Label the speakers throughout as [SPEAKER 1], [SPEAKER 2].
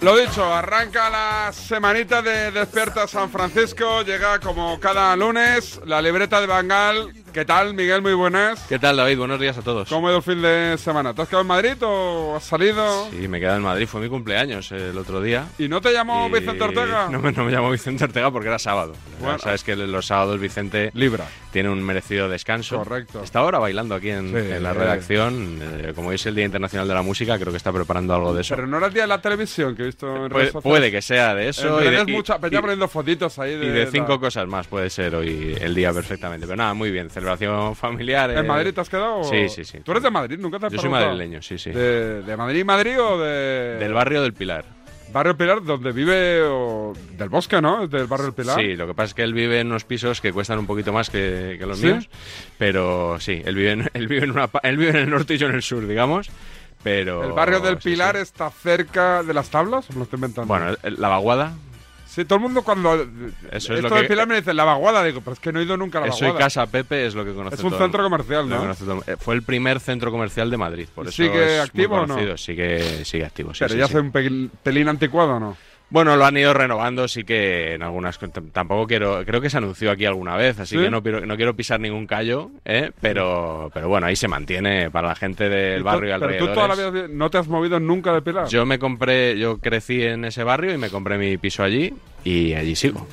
[SPEAKER 1] Lo dicho, arranca la semanita de Despierta San Francisco, llega como cada lunes la libreta de Bangal. ¿Qué tal, Miguel? Muy buenas.
[SPEAKER 2] ¿Qué tal, David? Buenos días a todos.
[SPEAKER 1] ¿Cómo ha ido el fin de semana? ¿Te has quedado en Madrid o has salido?
[SPEAKER 2] Sí, me quedo en Madrid, fue mi cumpleaños eh, el otro día.
[SPEAKER 1] ¿Y no te llamó
[SPEAKER 2] Y-
[SPEAKER 1] Vicente Ortega?
[SPEAKER 2] No, me- no me llamó Vicente Ortega porque era sábado.
[SPEAKER 1] Bueno.
[SPEAKER 2] Sabes que los sábados Vicente
[SPEAKER 1] Libra.
[SPEAKER 2] tiene un merecido descanso.
[SPEAKER 1] Correcto.
[SPEAKER 2] Está ahora bailando aquí en,
[SPEAKER 1] Sí.
[SPEAKER 2] en la redacción. Eh, como hoy es el Día Internacional de la Música, creo que está preparando algo de eso.
[SPEAKER 1] Pero no era el día de la televisión que he visto en
[SPEAKER 2] puede,
[SPEAKER 1] redes sociales.
[SPEAKER 2] puede que sea de eso.
[SPEAKER 1] En
[SPEAKER 2] y de,
[SPEAKER 1] redes
[SPEAKER 2] y-
[SPEAKER 1] mucha- venía
[SPEAKER 2] y-
[SPEAKER 1] poniendo fotitos ahí de,
[SPEAKER 2] y de
[SPEAKER 1] la-
[SPEAKER 2] cinco cosas más puede ser hoy el día perfectamente. Pero nada, muy bien. Celebración familiar. eh.
[SPEAKER 1] ¿En Madrid te has quedado?
[SPEAKER 2] Sí, sí, sí.
[SPEAKER 1] ¿Tú eres de Madrid? ¿Nunca te has
[SPEAKER 2] Yo soy
[SPEAKER 1] preguntado?
[SPEAKER 2] madrileño, sí, sí.
[SPEAKER 1] ¿De, de Madrid, Madrid o de...?
[SPEAKER 2] Del barrio del Pilar.
[SPEAKER 1] Barrio Pilar, donde vive... o- Del bosque, ¿no? Es Del Barrio del Pilar.
[SPEAKER 2] Sí, lo que pasa es que él vive en unos pisos que cuestan un poquito más que, que los
[SPEAKER 1] ¿Sí?
[SPEAKER 2] míos, pero sí, él vive, en, él, vive en una pa- él vive en el norte y yo en el sur, digamos, pero...
[SPEAKER 1] ¿El barrio del
[SPEAKER 2] sí,
[SPEAKER 1] Pilar
[SPEAKER 2] sí.
[SPEAKER 1] está cerca de las tablas? ¿O me lo estoy inventando?
[SPEAKER 2] Bueno, el- la vaguada,
[SPEAKER 1] Sí, todo el mundo cuando...
[SPEAKER 2] es
[SPEAKER 1] esto
[SPEAKER 2] lo
[SPEAKER 1] del
[SPEAKER 2] que-
[SPEAKER 1] Pilar me dice la vaguada. Digo, pero es que no he ido nunca a la
[SPEAKER 2] eso y
[SPEAKER 1] vaguada.
[SPEAKER 2] Casa Pepe es lo que conoce
[SPEAKER 1] es un
[SPEAKER 2] todo-
[SPEAKER 1] centro comercial,
[SPEAKER 2] lo que
[SPEAKER 1] ¿no?
[SPEAKER 2] conoce todo- eh, Fue el primer centro comercial de Madrid, por
[SPEAKER 1] ¿Y
[SPEAKER 2] eso
[SPEAKER 1] sigue
[SPEAKER 2] es
[SPEAKER 1] activo o
[SPEAKER 2] muy
[SPEAKER 1] no?
[SPEAKER 2] conocido, sigue, sigue activo, sí,
[SPEAKER 1] Pero
[SPEAKER 2] sí,
[SPEAKER 1] ya
[SPEAKER 2] sí.
[SPEAKER 1] hace un pelín, pelín anticuado, ¿no?
[SPEAKER 2] Bueno, lo han ido renovando, sí que en algunas co- tam- tampoco quiero, creo que se anunció aquí alguna vez, así
[SPEAKER 1] ¿Sí?
[SPEAKER 2] que no, quiero- no quiero pisar ningún callo, ¿eh? pero, pero bueno, ahí se mantiene para la gente
[SPEAKER 1] Y
[SPEAKER 2] del
[SPEAKER 1] tú-
[SPEAKER 2] barrio y
[SPEAKER 1] Pero tú
[SPEAKER 2] alrededores.
[SPEAKER 1] toda la vida no te has movido nunca del Pilar.
[SPEAKER 2] Yo me compré, yo crecí en ese barrio y me compré mi piso allí y allí sigo.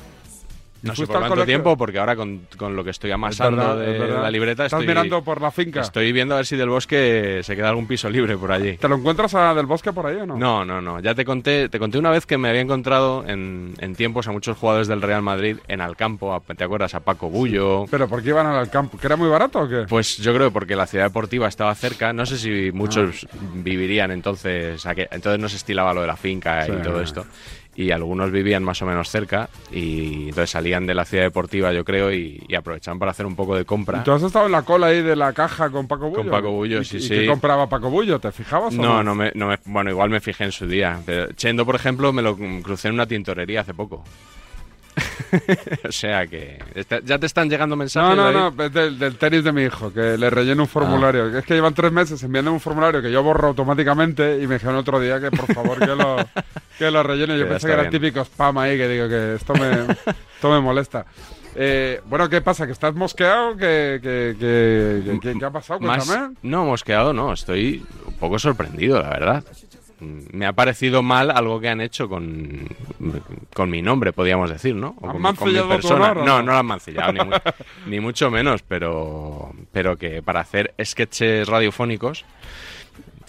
[SPEAKER 2] No sé
[SPEAKER 1] fuiste
[SPEAKER 2] por
[SPEAKER 1] al
[SPEAKER 2] cuánto
[SPEAKER 1] colegio?
[SPEAKER 2] tiempo, porque ahora con, con lo que estoy
[SPEAKER 1] Es
[SPEAKER 2] amasando
[SPEAKER 1] verdad,
[SPEAKER 2] de
[SPEAKER 1] es verdad.
[SPEAKER 2] la libreta
[SPEAKER 1] Estás
[SPEAKER 2] estoy,
[SPEAKER 1] mirando por la finca.
[SPEAKER 2] estoy viendo a ver si del bosque se queda algún piso libre por allí.
[SPEAKER 1] ¿Te lo encuentras a Del Bosque por ahí o no?
[SPEAKER 2] No, no, no. Ya te conté, te conté una vez que me había encontrado en, en tiempos a muchos jugadores del Real Madrid en Alcampo, a- ¿te acuerdas? A Paco Bullo.
[SPEAKER 1] ¿Pero por qué iban al campo? ¿Que era muy barato o qué?
[SPEAKER 2] Pues yo creo porque la ciudad deportiva estaba cerca, no sé si muchos
[SPEAKER 1] Ah.
[SPEAKER 2] vivirían entonces, aqu- entonces no se estilaba lo de la finca
[SPEAKER 1] Sí.
[SPEAKER 2] y todo esto, y algunos vivían más o menos cerca y entonces salían de la ciudad deportiva yo creo y, y aprovechaban para hacer un poco de compra.
[SPEAKER 1] ¿Tú has estado en la cola ahí de la caja con Paco Bullo?
[SPEAKER 2] Con Paco Bullo,
[SPEAKER 1] ¿Y-
[SPEAKER 2] sí,
[SPEAKER 1] y
[SPEAKER 2] sí.
[SPEAKER 1] qué compraba Paco Bullo? ¿Te fijabas o
[SPEAKER 2] No, no me, no me- bueno, igual me fijé en su día. Pero Chendo, por ejemplo, me lo mm, crucé en una tintorería hace poco. o sea que está- ya te están llegando
[SPEAKER 1] No,
[SPEAKER 2] mensajes.
[SPEAKER 1] no,
[SPEAKER 2] David?
[SPEAKER 1] no, es del, del tenis de mi hijo, que le relleno
[SPEAKER 2] Ah.
[SPEAKER 1] un formulario. Es que llevan tres meses enviando un formulario que yo borro automáticamente y me dijeron otro día que por favor que lo, que lo rellene. Yo
[SPEAKER 2] Ya
[SPEAKER 1] pensé
[SPEAKER 2] está
[SPEAKER 1] que era el
[SPEAKER 2] bien.
[SPEAKER 1] típico spam ahí, que digo que esto me, esto me molesta. Eh, bueno, ¿qué pasa? ¿Que estás mosqueado? ¿Qué, qué, qué- qué- qué- qué ha pasado?
[SPEAKER 2] Más-
[SPEAKER 1] Cuéntame.
[SPEAKER 2] no, mosqueado no. Estoy un poco sorprendido, la verdad. Mm, Me ha parecido mal algo que han hecho con, con mi nombre, podríamos decir, ¿no? O con, mi-
[SPEAKER 1] ¿Han
[SPEAKER 2] con mi
[SPEAKER 1] mancillado tu
[SPEAKER 2] persona.
[SPEAKER 1] honor o
[SPEAKER 2] no,
[SPEAKER 1] no?
[SPEAKER 2] no lo han mancillado, ni, mu- ni mucho menos, pero, pero que para hacer sketches radiofónicos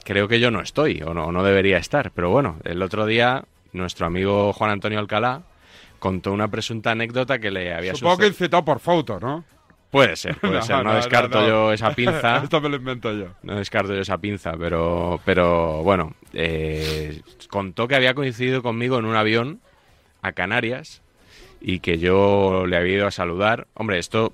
[SPEAKER 2] creo que yo no estoy o no, o no debería estar. Pero bueno, el otro día nuestro amigo Juan Antonio Alcalá contó una presunta anécdota que le había
[SPEAKER 1] Supongo que
[SPEAKER 2] sucedido.
[SPEAKER 1] incitado por foto, ¿no?
[SPEAKER 2] Puede ser, puede
[SPEAKER 1] No,
[SPEAKER 2] ser. No,
[SPEAKER 1] no, no,
[SPEAKER 2] descarto
[SPEAKER 1] no.
[SPEAKER 2] yo esa pinza.
[SPEAKER 1] esto me lo invento yo.
[SPEAKER 2] No descarto yo esa pinza, pero, pero bueno, eh, contó que había coincidido conmigo en un avión a Canarias y que yo le había ido a saludar. Hombre, esto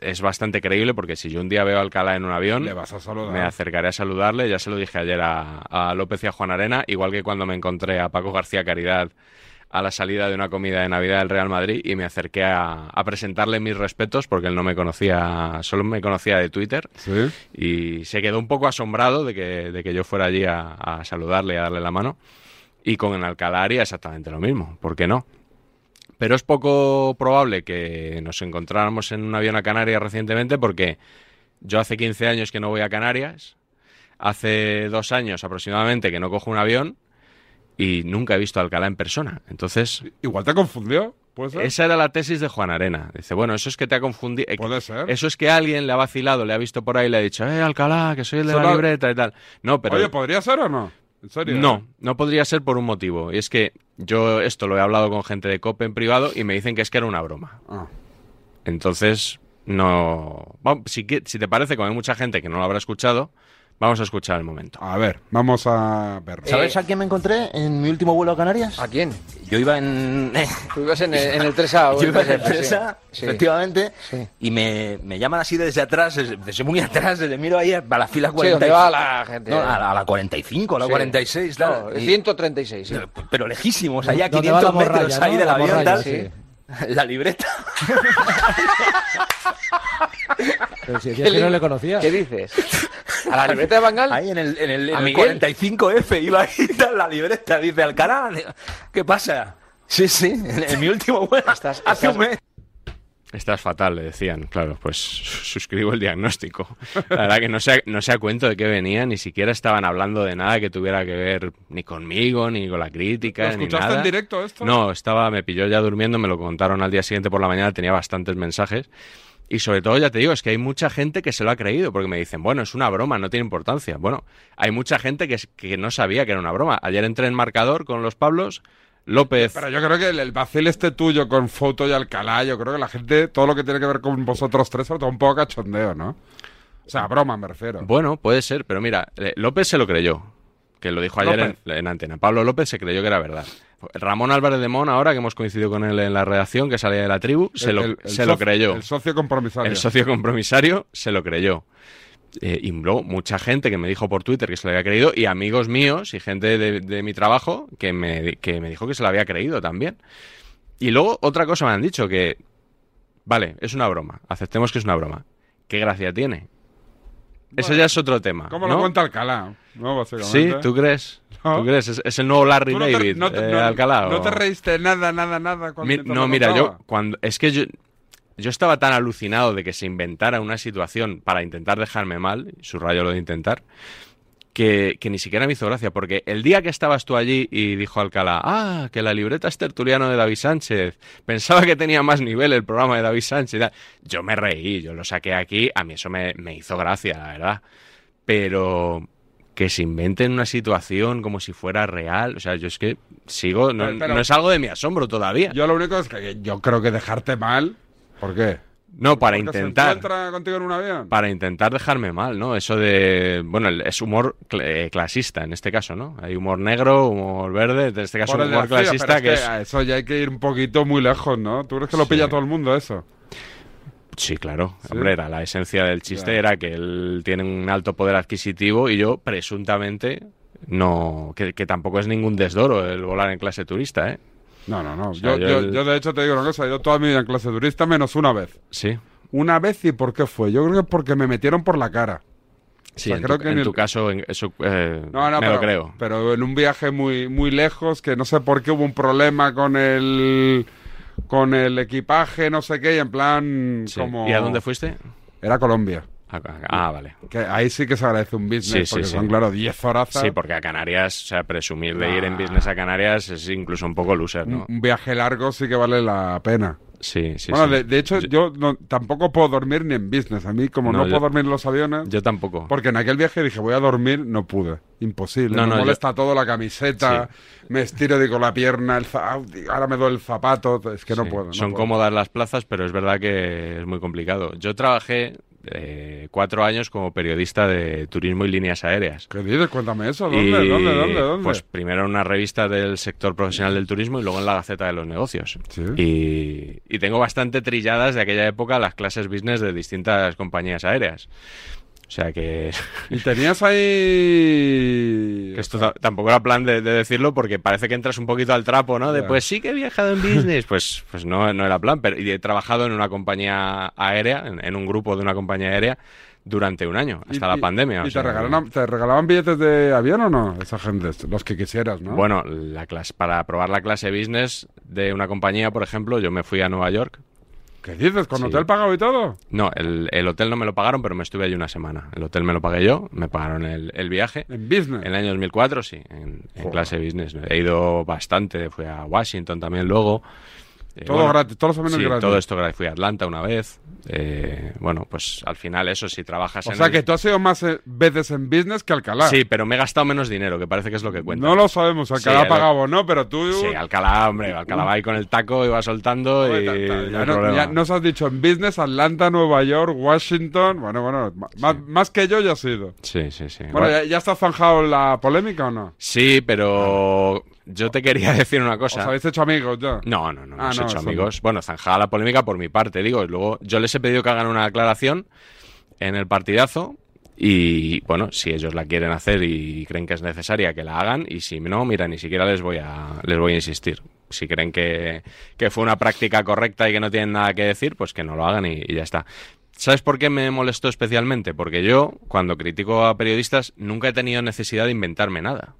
[SPEAKER 2] es bastante creíble porque si yo un día veo a Alcalá en un avión,
[SPEAKER 1] Le vas a saludar.
[SPEAKER 2] me acercaré a saludarle. Ya se lo dije ayer a, a López y a Juan Arena, igual que cuando me encontré a Paco García Caridad a la salida de una comida de Navidad del Real Madrid y me acerqué a, a presentarle mis respetos porque él no me conocía, solo me conocía de Twitter.
[SPEAKER 1] ¿Sí?
[SPEAKER 2] Y se quedó un poco asombrado de que, de que yo fuera allí a, a saludarle y a darle la mano. Y con el Alcalá haría exactamente lo mismo, ¿por qué no? Pero es poco probable que nos encontráramos en un avión a Canarias recientemente porque yo hace 15 años que no voy a Canarias, hace dos años aproximadamente que no cojo un avión y nunca he visto a Alcalá en persona. Entonces,
[SPEAKER 1] Igual te confundió, ¿puede ser?
[SPEAKER 2] esa era la tesis de Juan Arena. Dice, bueno, eso es que te ha confundido.
[SPEAKER 1] Puede ser.
[SPEAKER 2] Eso es que alguien le ha vacilado, le ha visto por ahí, le ha dicho, eh, Alcalá, que soy el de
[SPEAKER 1] Solo-
[SPEAKER 2] la libreta y tal. No, pero
[SPEAKER 1] Oye, ¿podría ser o no? ¿En serio?
[SPEAKER 2] no, no podría ser por un motivo. Y es que yo esto lo he hablado con gente de COPE en privado y me dicen que es que era una broma.
[SPEAKER 1] Ah.
[SPEAKER 2] Entonces, no... Vamos, si, que- si te parece, como hay mucha gente que no lo habrá escuchado, vamos a escuchar el momento.
[SPEAKER 1] A ver, vamos a Eh, verlo.
[SPEAKER 3] ¿Sabes a quién me encontré en mi último vuelo a Canarias?
[SPEAKER 4] Eh, ¿A quién?
[SPEAKER 3] Yo iba en.
[SPEAKER 4] Tú ibas en el, en el 3A. o
[SPEAKER 3] Yo iba en
[SPEAKER 4] el 3A,
[SPEAKER 3] empresa,
[SPEAKER 4] sí.
[SPEAKER 3] efectivamente,
[SPEAKER 4] Sí.
[SPEAKER 3] y me, me llaman así desde atrás, desde, desde muy atrás, desde miro ahí a la fila
[SPEAKER 4] Sí,
[SPEAKER 3] 40.
[SPEAKER 4] donde va la gente. eh.
[SPEAKER 3] No, a, la, a la 45, a la
[SPEAKER 4] Sí.
[SPEAKER 3] 46, claro.
[SPEAKER 4] No,
[SPEAKER 3] y-
[SPEAKER 4] 136, sí.
[SPEAKER 3] pero lejísimos, allá a
[SPEAKER 5] Donde va la
[SPEAKER 3] 500 metros
[SPEAKER 5] morralla,
[SPEAKER 3] ahí
[SPEAKER 5] ¿no?
[SPEAKER 3] del
[SPEAKER 5] La
[SPEAKER 3] avión,
[SPEAKER 5] morralla,
[SPEAKER 3] tal.
[SPEAKER 5] sí.
[SPEAKER 3] la libreta.
[SPEAKER 5] Pero si decías que no le conocías.
[SPEAKER 4] ¿Qué dices? ¿A la libreta de Bangal?
[SPEAKER 3] Ahí en el, en el,
[SPEAKER 4] ¿A
[SPEAKER 3] en el
[SPEAKER 4] Miguel?
[SPEAKER 3] 45F iba ahí tal, la libreta. Dice, Alcaraz, ¿qué pasa? Sí, sí, en, en mi último vuelo.
[SPEAKER 4] Estás-
[SPEAKER 3] hace
[SPEAKER 4] estás-
[SPEAKER 3] un mes.
[SPEAKER 2] Estás fatal, le decían. Claro, pues su- suscribo el diagnóstico. La verdad que no sé, no sé a cuento de qué venía, ni siquiera estaban hablando de nada que tuviera que ver ni conmigo, ni con la
[SPEAKER 1] ¿Lo
[SPEAKER 2] crítica, ni
[SPEAKER 1] escuchaste
[SPEAKER 2] nada.
[SPEAKER 1] en directo esto?
[SPEAKER 2] No, estaba, me pilló ya durmiendo, me lo contaron al día siguiente por la mañana, tenía bastantes mensajes. Y sobre todo, ya te digo, es que hay mucha gente que se lo ha creído, porque me dicen, bueno, es una broma, no tiene importancia. Bueno, hay mucha gente que, es- que no sabía que era una broma. Ayer entré en marcador con los Pablos, López.
[SPEAKER 1] Pero yo creo que el, el vacil este tuyo con Foto y Alcalá, yo creo que la gente, todo lo que tiene que ver con vosotros tres, sobre todo un poco cachondeo, ¿no? O sea, broma, me refiero.
[SPEAKER 2] Bueno, puede ser, pero mira, eh, López se lo creyó, que lo dijo ayer en, en antena. Pablo López se creyó que era verdad. Ramón Álvarez de Mon, ahora que hemos coincidido con él en la redacción, que salía de la tribu, se,
[SPEAKER 1] El-
[SPEAKER 2] lo,
[SPEAKER 1] el- el
[SPEAKER 2] se lo
[SPEAKER 1] socio-
[SPEAKER 2] creyó.
[SPEAKER 1] El socio compromisario.
[SPEAKER 2] El socio compromisario se lo creyó. Eh, y luego mucha gente que me dijo por Twitter que se lo había creído y amigos míos y gente de, de mi trabajo que me, di- que me dijo que se lo había creído también. Y luego otra cosa me han dicho que, vale, es una broma, aceptemos que es una broma. ¿Qué gracia tiene? Eso
[SPEAKER 1] Bueno,
[SPEAKER 2] ya es otro tema.
[SPEAKER 1] ¿Cómo
[SPEAKER 2] ¿no?
[SPEAKER 1] lo cuenta Alcalá? ¿No?
[SPEAKER 2] Sí,
[SPEAKER 1] Básicamente.
[SPEAKER 2] ¿tú crees?
[SPEAKER 1] No.
[SPEAKER 2] ¿Tú crees? Es, es el nuevo Larry
[SPEAKER 1] ¿Tú
[SPEAKER 2] David,
[SPEAKER 1] no te, no te-
[SPEAKER 2] eh,
[SPEAKER 1] no-
[SPEAKER 2] Alcalá,
[SPEAKER 1] no
[SPEAKER 2] o-
[SPEAKER 1] te reíste nada, nada, nada. cuando
[SPEAKER 2] Mi-
[SPEAKER 1] te lo
[SPEAKER 2] no, mira, yo
[SPEAKER 1] contaba?
[SPEAKER 2] cuando es que yo, yo estaba tan alucinado de que se inventara una situación para intentar dejarme mal, subrayo lo de intentar, que, que ni siquiera me hizo gracia, porque el día que estabas tú allí y dijo Alcalá, ah, que la libreta es tertuliano de David Sánchez, pensaba que tenía más nivel el programa de David Sánchez, y tal. yo me reí, yo lo saqué aquí, a mí eso me, me hizo gracia, la verdad, pero... Que se inventen una situación como si fuera real. O sea, yo es que sigo. No,
[SPEAKER 1] Pero- pero-
[SPEAKER 2] no es algo de mi asombro todavía.
[SPEAKER 1] Yo lo único es que yo creo que dejarte mal. ¿Por qué?
[SPEAKER 2] No, para
[SPEAKER 1] ¿Porque Se
[SPEAKER 2] intentar.
[SPEAKER 1] encuentra contigo en un avión?
[SPEAKER 2] Para intentar dejarme mal, ¿no? Eso de. Bueno, el- es humor cl- eh, clasista en este caso, ¿no? Hay humor negro, humor verde, en este caso
[SPEAKER 1] Por el de
[SPEAKER 2] humor
[SPEAKER 1] la CIA,
[SPEAKER 2] clasista
[SPEAKER 1] pero
[SPEAKER 2] que
[SPEAKER 1] es
[SPEAKER 2] es.
[SPEAKER 1] a Eso ya hay que ir un poquito muy lejos, ¿no? ¿Tú crees que lo
[SPEAKER 2] Sí.
[SPEAKER 1] pilla todo el mundo eso?
[SPEAKER 2] Sí, claro.
[SPEAKER 1] Sí.
[SPEAKER 2] Hombre, era la esencia del chiste
[SPEAKER 1] Ya.
[SPEAKER 2] era que él tiene un alto poder adquisitivo y yo, presuntamente, no. Que, que tampoco es ningún desdoro el volar en clase turista, ¿eh?
[SPEAKER 1] No, no, no.
[SPEAKER 2] sea,
[SPEAKER 1] yo,
[SPEAKER 2] yo
[SPEAKER 1] yo-
[SPEAKER 2] el-
[SPEAKER 1] yo, de hecho te digo una cosa, yo toda mi vida en clase turista menos una vez.
[SPEAKER 2] Sí.
[SPEAKER 1] Una vez y por qué fue. Yo creo que porque me metieron por la cara.
[SPEAKER 2] Sí,
[SPEAKER 1] O sea,
[SPEAKER 2] en,
[SPEAKER 1] creo
[SPEAKER 2] tu,
[SPEAKER 1] que
[SPEAKER 2] en
[SPEAKER 1] ni
[SPEAKER 2] tu
[SPEAKER 1] el-
[SPEAKER 2] caso, en- eso. eh,
[SPEAKER 1] No, no,
[SPEAKER 2] me
[SPEAKER 1] pero,
[SPEAKER 2] lo creo.
[SPEAKER 1] Pero en un viaje muy, muy lejos, que no sé por qué hubo un problema con el con el equipaje, no sé qué, y en plan
[SPEAKER 2] Sí.
[SPEAKER 1] como
[SPEAKER 2] ¿Y a dónde fuiste?
[SPEAKER 1] era Colombia.
[SPEAKER 2] A- a- ah, vale.
[SPEAKER 1] Que ahí sí que se agradece un business,
[SPEAKER 2] Sí, sí,
[SPEAKER 1] porque
[SPEAKER 2] sí.
[SPEAKER 1] son, claro, 10 horas.
[SPEAKER 2] Sí, porque a Canarias, o sea, presumir de ir en
[SPEAKER 1] Ah.
[SPEAKER 2] business a Canarias es incluso un poco loser,
[SPEAKER 1] un,
[SPEAKER 2] ¿no?
[SPEAKER 1] un viaje largo sí que vale la pena.
[SPEAKER 2] Sí, sí,
[SPEAKER 1] bueno,
[SPEAKER 2] sí.
[SPEAKER 1] de, de hecho, yo no- tampoco puedo dormir ni en business. A mí, como no,
[SPEAKER 2] No, yo-
[SPEAKER 1] puedo dormir en los aviones,
[SPEAKER 2] Yo tampoco.
[SPEAKER 1] porque en aquel viaje dije, voy a dormir, no pude. Imposible.
[SPEAKER 2] No,
[SPEAKER 1] me
[SPEAKER 2] no, yo-
[SPEAKER 1] molesta todo la camiseta, me estiro, digo, la pierna, el za- au, digo, ahora me duele el zapato. Es que no
[SPEAKER 2] Sí.
[SPEAKER 1] puedo. no
[SPEAKER 2] Son
[SPEAKER 1] puedo.
[SPEAKER 2] cómodas las plazas, pero es verdad que es muy complicado. Yo trabajé eh, cuatro años como periodista de turismo y líneas aéreas.
[SPEAKER 1] ¿Qué dices? Cuéntame eso.
[SPEAKER 2] Y,
[SPEAKER 1] ¿Dónde? ¿Dónde? ¿Dónde? ¿Dónde?
[SPEAKER 2] Pues primero en una revista del sector profesional del turismo y luego en la Gaceta de los Negocios.
[SPEAKER 1] Sí.
[SPEAKER 2] Y, y tengo bastante trilladas de aquella época las clases business de distintas compañías aéreas. O sea que
[SPEAKER 1] Y tenías ahí.
[SPEAKER 2] Que esto ta- tampoco era plan de, de decirlo porque parece que entras un poquito al trapo, ¿no? De
[SPEAKER 1] Ya.
[SPEAKER 2] pues sí que he viajado en business. Pues, pues no, no era plan. Pero, y he trabajado en una compañía aérea, en, en un grupo de una compañía aérea, durante un año, hasta
[SPEAKER 1] Y-
[SPEAKER 2] la
[SPEAKER 1] y-
[SPEAKER 2] pandemia. o
[SPEAKER 1] ¿Y
[SPEAKER 2] sea,
[SPEAKER 1] te, regalaron, te regalaban billetes de avión o no? Esa gente, los que quisieras, ¿no?
[SPEAKER 2] Bueno, la clase, para probar la clase business de una compañía, por ejemplo, yo me fui a Nueva York.
[SPEAKER 1] ¿Qué dices? ¿Con
[SPEAKER 2] Sí.
[SPEAKER 1] hotel pagado y todo?
[SPEAKER 2] No, el, el hotel no me lo pagaron, pero me estuve allí una semana. El hotel me lo pagué yo, me pagaron el, el viaje.
[SPEAKER 1] En business.
[SPEAKER 2] En el año 2004, sí, en, en clase business. He ido bastante, fui a Washington también luego. Eh,
[SPEAKER 1] Todo
[SPEAKER 2] bueno,
[SPEAKER 1] gratis, todos los aviones
[SPEAKER 2] Sí,
[SPEAKER 1] gratis.
[SPEAKER 2] todo esto gratis. Fui a Atlanta una vez. Eh, bueno, pues al final eso, si trabajas
[SPEAKER 1] O
[SPEAKER 2] en...
[SPEAKER 1] sea
[SPEAKER 2] el-
[SPEAKER 1] que tú has ido más eh, veces en business que Alcalá.
[SPEAKER 2] Sí, pero me he gastado menos dinero, que parece que es lo que cuenta.
[SPEAKER 1] No lo sabemos, Alcalá
[SPEAKER 2] Sí, eh,
[SPEAKER 1] ha pagado o no, pero tú.
[SPEAKER 2] Sí, Alcalá, hombre, Alcalá va ahí con el taco y va soltando
[SPEAKER 1] Joder,
[SPEAKER 2] y...
[SPEAKER 1] ta- ta-
[SPEAKER 2] no
[SPEAKER 1] ya,
[SPEAKER 2] hay
[SPEAKER 1] no-
[SPEAKER 2] problema.
[SPEAKER 1] ya nos has dicho en business, Atlanta, Nueva York, Washington. Bueno, bueno, ma- más, más que yo ya has ido.
[SPEAKER 2] Sí, sí, sí.
[SPEAKER 1] Bueno, ¿ya, ya está zanjado la polémica o no?
[SPEAKER 2] Sí, pero yo te quería decir una
[SPEAKER 1] ¿Os
[SPEAKER 2] cosa.
[SPEAKER 1] habéis hecho amigos ya?
[SPEAKER 2] No, no, no, no
[SPEAKER 1] Ah,
[SPEAKER 2] hemos hecho
[SPEAKER 1] no, eso
[SPEAKER 2] amigos. Bueno, zanjada la polémica por mi parte, digo. y Luego yo les he pedido que hagan una aclaración en el partidazo y, bueno, si ellos la quieren hacer y creen que es necesaria, que la hagan y si no, mira, ni siquiera les voy a, les voy a insistir. si creen que, que fue una práctica correcta y que no tienen nada que decir, pues que no lo hagan y, y ya está. ¿Sabes por qué me molestó especialmente? Porque yo, cuando critico a periodistas, nunca he tenido necesidad de inventarme nada.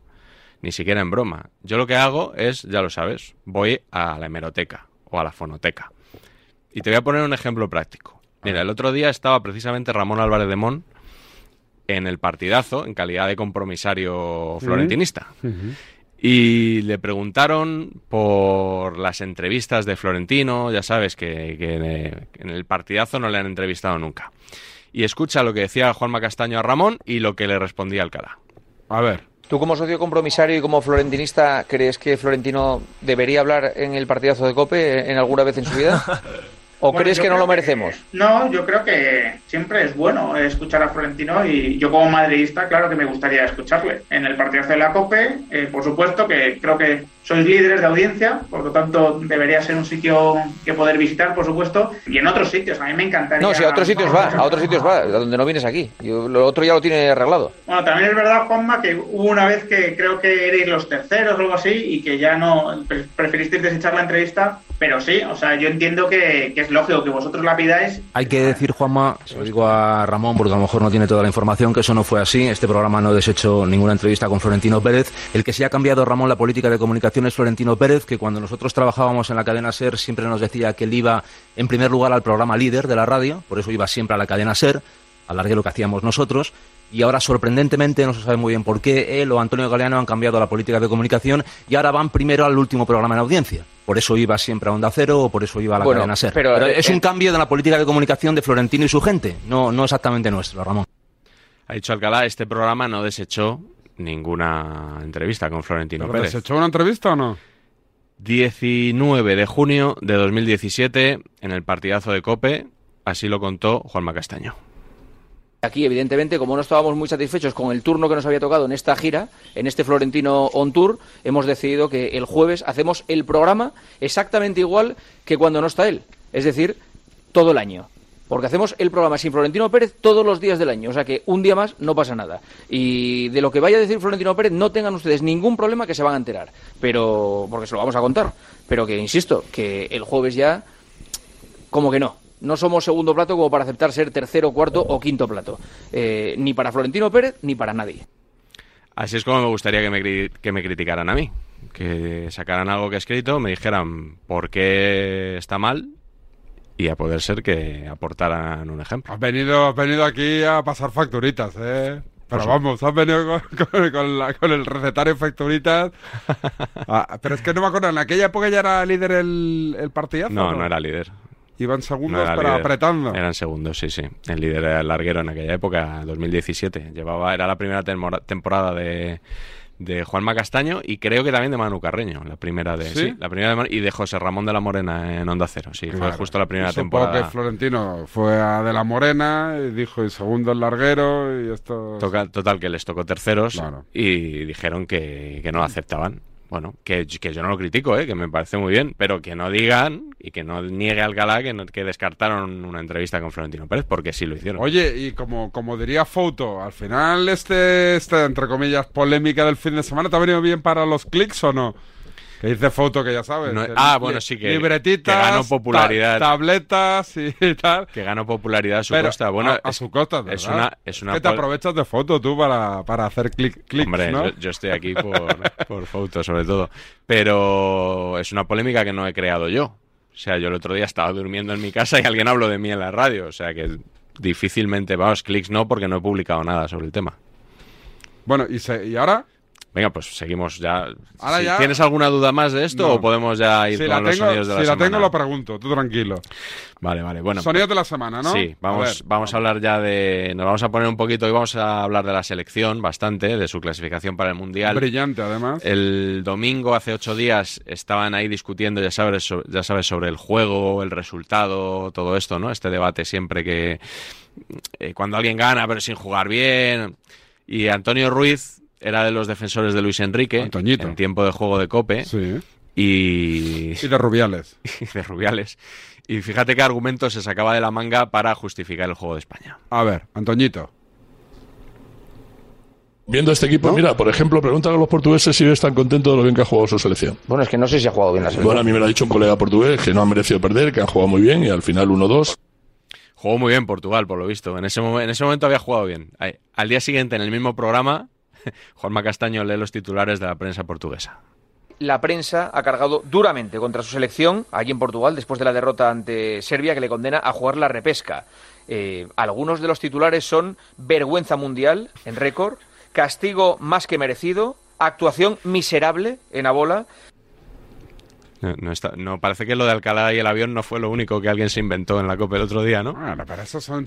[SPEAKER 2] Ni siquiera en broma. Yo lo que hago es, ya lo sabes, voy a la hemeroteca o a la fonoteca. Y te voy a poner un ejemplo práctico. Mira, el otro día estaba precisamente Ramón Álvarez de Mon en el partidazo, en calidad de compromisario florentinista. Y le preguntaron por las entrevistas de Florentino, ya sabes que, que en el- en el partidazo no le han entrevistado nunca. Y escucha lo que decía Juanma Castaño a Ramón y lo que le respondía Alcalá.
[SPEAKER 1] A ver.
[SPEAKER 4] ¿Tú como socio compromisario y como florentinista crees que Florentino debería hablar en el partidazo de Cope eh, en alguna vez en su vida? ¿O
[SPEAKER 6] Bueno,
[SPEAKER 4] crees
[SPEAKER 6] yo
[SPEAKER 4] que no
[SPEAKER 6] creo
[SPEAKER 4] lo merecemos?
[SPEAKER 6] No, yo creo que siempre es bueno escuchar a Florentino y yo como madridista, claro que me gustaría escucharle. En el partidazo de la COPE, eh, por supuesto que creo que sois líderes de audiencia, por lo tanto debería ser un sitio que poder visitar, por supuesto, y en otros sitios, a mí me encantaría.
[SPEAKER 4] No, si a otros sitios va, a otros sitios va, a donde no vienes aquí. Yo- lo otro ya lo tiene arreglado.
[SPEAKER 6] Bueno, también es verdad, Juanma, que hubo una vez que creo que erais los terceros o algo así y que ya no pre- preferisteis desechar la entrevista, pero sí, o sea, yo entiendo que, que es lógico que vosotros la pidáis
[SPEAKER 7] Hay que decir, Juanma, se lo digo a Ramón porque a lo mejor no tiene toda la información, que eso no fue así. Este programa no ha deshecho ninguna entrevista con Florentino Pérez. El que sí ha cambiado, Ramón, la política de comunicación es Florentino Pérez, que cuando nosotros trabajábamos en la cadena SER siempre nos decía que él iba en primer lugar al programa líder de la radio, por eso iba siempre a la cadena SER, alargué lo que hacíamos nosotros. Y ahora, sorprendentemente, no se sabe muy bien por qué, él o Antonio Galeano han cambiado la política de comunicación y ahora van primero al último programa en audiencia. Por eso iba siempre a Onda Cero o por eso iba a la
[SPEAKER 4] Bueno,
[SPEAKER 7] cadena SER.
[SPEAKER 4] pero, eh,
[SPEAKER 7] es un
[SPEAKER 4] eh,
[SPEAKER 7] cambio de la política de comunicación de Florentino y su gente, no, no exactamente nuestro, Ramón.
[SPEAKER 2] Ha dicho Alcalá, este programa no desechó ninguna entrevista con Florentino
[SPEAKER 1] ¿Pero
[SPEAKER 2] Pérez.
[SPEAKER 1] ¿Se echó una entrevista o no?
[SPEAKER 2] 19 de junio de 2017, en el partidazo de Cope, así lo contó Juanma Castaño.
[SPEAKER 4] Aquí, evidentemente, como no estábamos muy satisfechos con el turno que nos había tocado en esta gira, en este Florentino On Tour, hemos decidido que el jueves hacemos el programa exactamente igual que cuando no está él. Es decir, todo el año. Porque hacemos el programa sin Florentino Pérez todos los días del año. O sea que un día más no pasa nada. Y de lo que vaya a decir Florentino Pérez, no tengan ustedes ningún problema que se van a enterar. Pero, porque se lo vamos a contar. Pero que, insisto, que el jueves ya como que no. No somos segundo plato como para aceptar ser tercero, cuarto o quinto plato. Eh, ni para Florentino Pérez ni para nadie.
[SPEAKER 2] Así es como me gustaría que me, cri- que me criticaran a mí. Que sacaran algo que he escrito, me dijeran por qué está mal y a poder ser que aportaran un ejemplo.
[SPEAKER 1] Has venido, has venido aquí a pasar facturitas, ¿eh? Pero vamos, has venido con, con- con la- con el recetario de facturitas. Ah, pero es que no me acuerdo, en aquella época ya era líder el, el partidazo.
[SPEAKER 2] No, no era líder.
[SPEAKER 1] Iban
[SPEAKER 2] No
[SPEAKER 1] segundos,
[SPEAKER 2] era
[SPEAKER 1] pero
[SPEAKER 2] líder.
[SPEAKER 1] apretando.
[SPEAKER 2] Eran segundos, sí, sí. El líder era el larguero en aquella época, 2017. Llevaba, era la primera temora- temporada de, de Juanma Castaño y creo que también de Manu Carreño, la primera de
[SPEAKER 1] ¿Sí?
[SPEAKER 2] sí, la primera de Manu- y de José Ramón de la Morena en Onda Cero. Sí, fue
[SPEAKER 1] Claro.
[SPEAKER 2] justo la primera
[SPEAKER 1] Supongo
[SPEAKER 2] temporada.
[SPEAKER 1] que Florentino fue a De la Morena y dijo, y segundo el larguero, y esto...
[SPEAKER 2] Toca- total, que les tocó terceros
[SPEAKER 1] Claro.
[SPEAKER 2] y dijeron que, que no lo aceptaban. Bueno, que, que yo no lo critico, ¿eh? que me parece muy bien, pero que no digan y que no niegue Alcalá que, no- que descartaron una entrevista con Florentino Pérez, porque sí lo hicieron.
[SPEAKER 1] Oye, y como, como diría Foto, al final este, esta, entre comillas, polémica del fin de semana, ¿te ha venido bien para los clics o no? Que dice Foto, que ya sabes.
[SPEAKER 2] No,
[SPEAKER 1] que
[SPEAKER 2] ah,
[SPEAKER 1] li-
[SPEAKER 2] bueno, sí, que-
[SPEAKER 1] pues, Libretitas,
[SPEAKER 2] que ganó popularidad.
[SPEAKER 1] ta- tabletas y, y tal.
[SPEAKER 2] Que ganó popularidad a su
[SPEAKER 1] Pero
[SPEAKER 2] costa. Bueno,
[SPEAKER 1] a, a
[SPEAKER 2] es-
[SPEAKER 1] su costa, ¿verdad?
[SPEAKER 2] es una- es una
[SPEAKER 1] que te
[SPEAKER 2] pol-
[SPEAKER 1] aprovechas de Foto tú para, para hacer clic, clics,
[SPEAKER 2] Hombre,
[SPEAKER 1] ¿no?
[SPEAKER 2] yo, yo estoy aquí por, por foto, sobre todo. Pero es una polémica que no he creado yo. O sea, yo el otro día estaba durmiendo en mi casa y alguien habló de mí en la radio. O sea, que difícilmente, vamos, clics no, porque no he publicado nada sobre el tema.
[SPEAKER 1] Bueno, y, se- y ahora...
[SPEAKER 2] Venga, pues seguimos ya.
[SPEAKER 1] Ahora
[SPEAKER 2] Si
[SPEAKER 1] ya-
[SPEAKER 2] ¿Tienes alguna duda más de esto
[SPEAKER 1] No.
[SPEAKER 2] o podemos ya ir
[SPEAKER 1] Si
[SPEAKER 2] con
[SPEAKER 1] la,
[SPEAKER 2] los
[SPEAKER 1] tengo,
[SPEAKER 2] sonidos de la
[SPEAKER 1] si la
[SPEAKER 2] semana?
[SPEAKER 1] tengo, lo pregunto, tú tranquilo.
[SPEAKER 2] Vale, vale, bueno.
[SPEAKER 1] Sonidos de la semana, ¿no?
[SPEAKER 2] Sí,
[SPEAKER 1] A
[SPEAKER 2] vamos,
[SPEAKER 1] ver.
[SPEAKER 2] vamos a hablar ya de. Nos vamos a poner un poquito y vamos a hablar de la selección bastante, de su clasificación para el Mundial.
[SPEAKER 1] Brillante, además.
[SPEAKER 2] Eh. El domingo, hace ocho días, estaban ahí discutiendo, ya sabes, so- ya sabes, sobre el juego, el resultado, todo esto, ¿no? Este debate siempre que eh, cuando alguien gana, pero sin jugar bien. Y Antonio Ruiz era de los defensores de Luis Enrique
[SPEAKER 1] Antoñito.
[SPEAKER 2] en tiempo de juego de Cope
[SPEAKER 1] Sí.
[SPEAKER 2] y
[SPEAKER 1] Y de Rubiales.
[SPEAKER 2] de Rubiales. Y fíjate qué argumento se sacaba de la manga para justificar el juego de España.
[SPEAKER 1] A ver, Antoñito.
[SPEAKER 8] Viendo este equipo, mira, por ejemplo, preguntan a los portugueses si están contentos de lo bien que ha jugado su selección.
[SPEAKER 9] Bueno, es que no sé si ha jugado bien la selección.
[SPEAKER 8] Bueno, a mí me lo ha dicho un colega portugués que no han merecido perder, que han jugado muy bien y al final 1-2.
[SPEAKER 2] Jugó muy bien Portugal, por lo visto. En ese, momen- en ese momento había jugado bien. Ay, Al día siguiente, en el mismo programa, Juanma Castaño lee los titulares de la prensa portuguesa.
[SPEAKER 4] La prensa ha cargado duramente contra su selección allí en Portugal después de la derrota ante Serbia que le condena a jugar la repesca. Eh, algunos de los titulares son vergüenza mundial en récord, castigo más que merecido, actuación miserable en Abola.
[SPEAKER 2] No, no está- no, parece que lo de Alcalá y el avión no fue lo único que alguien se inventó en la COPE el otro día, ¿no?
[SPEAKER 1] Bueno, pero esos son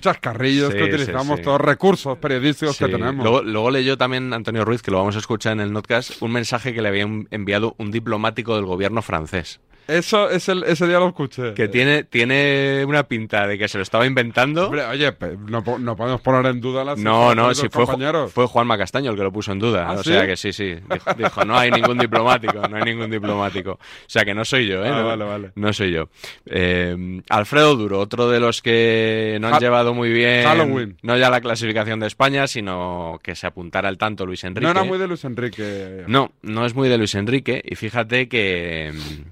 [SPEAKER 2] Sí,
[SPEAKER 1] chascarrillos que
[SPEAKER 2] sí,
[SPEAKER 1] utilizamos
[SPEAKER 2] sí.
[SPEAKER 1] todos recursos periodísticos que
[SPEAKER 2] Sí.
[SPEAKER 1] tenemos.
[SPEAKER 2] Luego, luego leyó también Antonio Ruiz, que lo vamos a escuchar en el podcast, un mensaje que le había enviado un diplomático del gobierno francés.
[SPEAKER 1] Eso es el, ese día lo escuché.
[SPEAKER 2] Que tiene, tiene una pinta de que se lo estaba inventando.
[SPEAKER 1] Hombre, oye, pe- no, po- no podemos poner en duda las
[SPEAKER 2] No, no, sí, fue, Ju-
[SPEAKER 1] compañeros.
[SPEAKER 2] fue Juanma Castaño el que lo puso en duda.
[SPEAKER 1] ¿Ah,
[SPEAKER 2] o
[SPEAKER 1] sí?
[SPEAKER 2] sea que sí, sí. Dijo, dijo, no hay ningún diplomático, no hay ningún diplomático. O sea que no soy yo, ¿eh?
[SPEAKER 1] Ah,
[SPEAKER 2] no,
[SPEAKER 1] vale, vale.
[SPEAKER 2] no soy yo. Eh, Alfredo Duro, otro de los que no han
[SPEAKER 1] Ha-
[SPEAKER 2] llevado muy bien.
[SPEAKER 1] Halloween.
[SPEAKER 2] No ya la clasificación de España, sino que se apuntara al tanto Luis Enrique.
[SPEAKER 1] No era muy de Luis Enrique.
[SPEAKER 2] No, no es muy de Luis Enrique. Y fíjate que mm,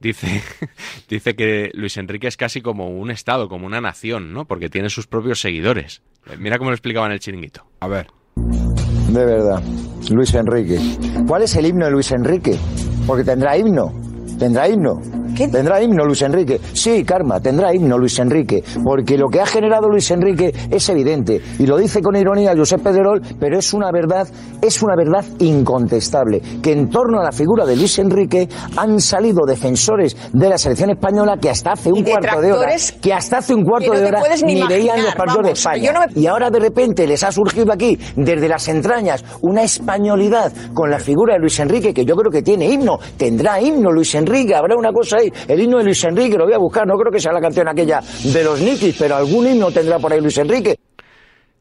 [SPEAKER 2] dice, dice que Luis Enrique es casi como un estado, como una nación, ¿no? Porque tiene sus propios seguidores. Eh, Mira cómo lo explicaba en el chiringuito.
[SPEAKER 1] A ver.
[SPEAKER 10] De verdad, Luis Enrique. ¿Cuál es el himno de Luis Enrique? Porque tendrá himno. Tendrá himno. Tendrá himno Luis Enrique. Sí, Karma, tendrá himno Luis Enrique. Porque lo que ha generado Luis Enrique es evidente. Y lo dice con ironía Josep Pedrerol, pero es una verdad, es una verdad incontestable. Que en torno a la figura de Luis Enrique han salido defensores de la selección española que hasta hace un cuarto de hora.
[SPEAKER 11] detractores
[SPEAKER 10] Que hasta hace un cuarto
[SPEAKER 11] que no
[SPEAKER 10] de
[SPEAKER 11] te
[SPEAKER 10] hora
[SPEAKER 11] puedes ni
[SPEAKER 10] veían
[SPEAKER 11] imaginar,
[SPEAKER 10] los partidos de
[SPEAKER 11] vamos,
[SPEAKER 10] España.
[SPEAKER 11] yo no me-
[SPEAKER 10] Y ahora de repente les ha surgido aquí, desde las entrañas, una españolidad con la figura de Luis Enrique, que yo creo que tiene himno. Tendrá himno Luis Enrique, habrá una cosa ahí. El himno de Luis Enrique, lo voy a buscar, no creo que sea la canción aquella de los Nikis, pero algún himno tendrá por ahí Luis Enrique.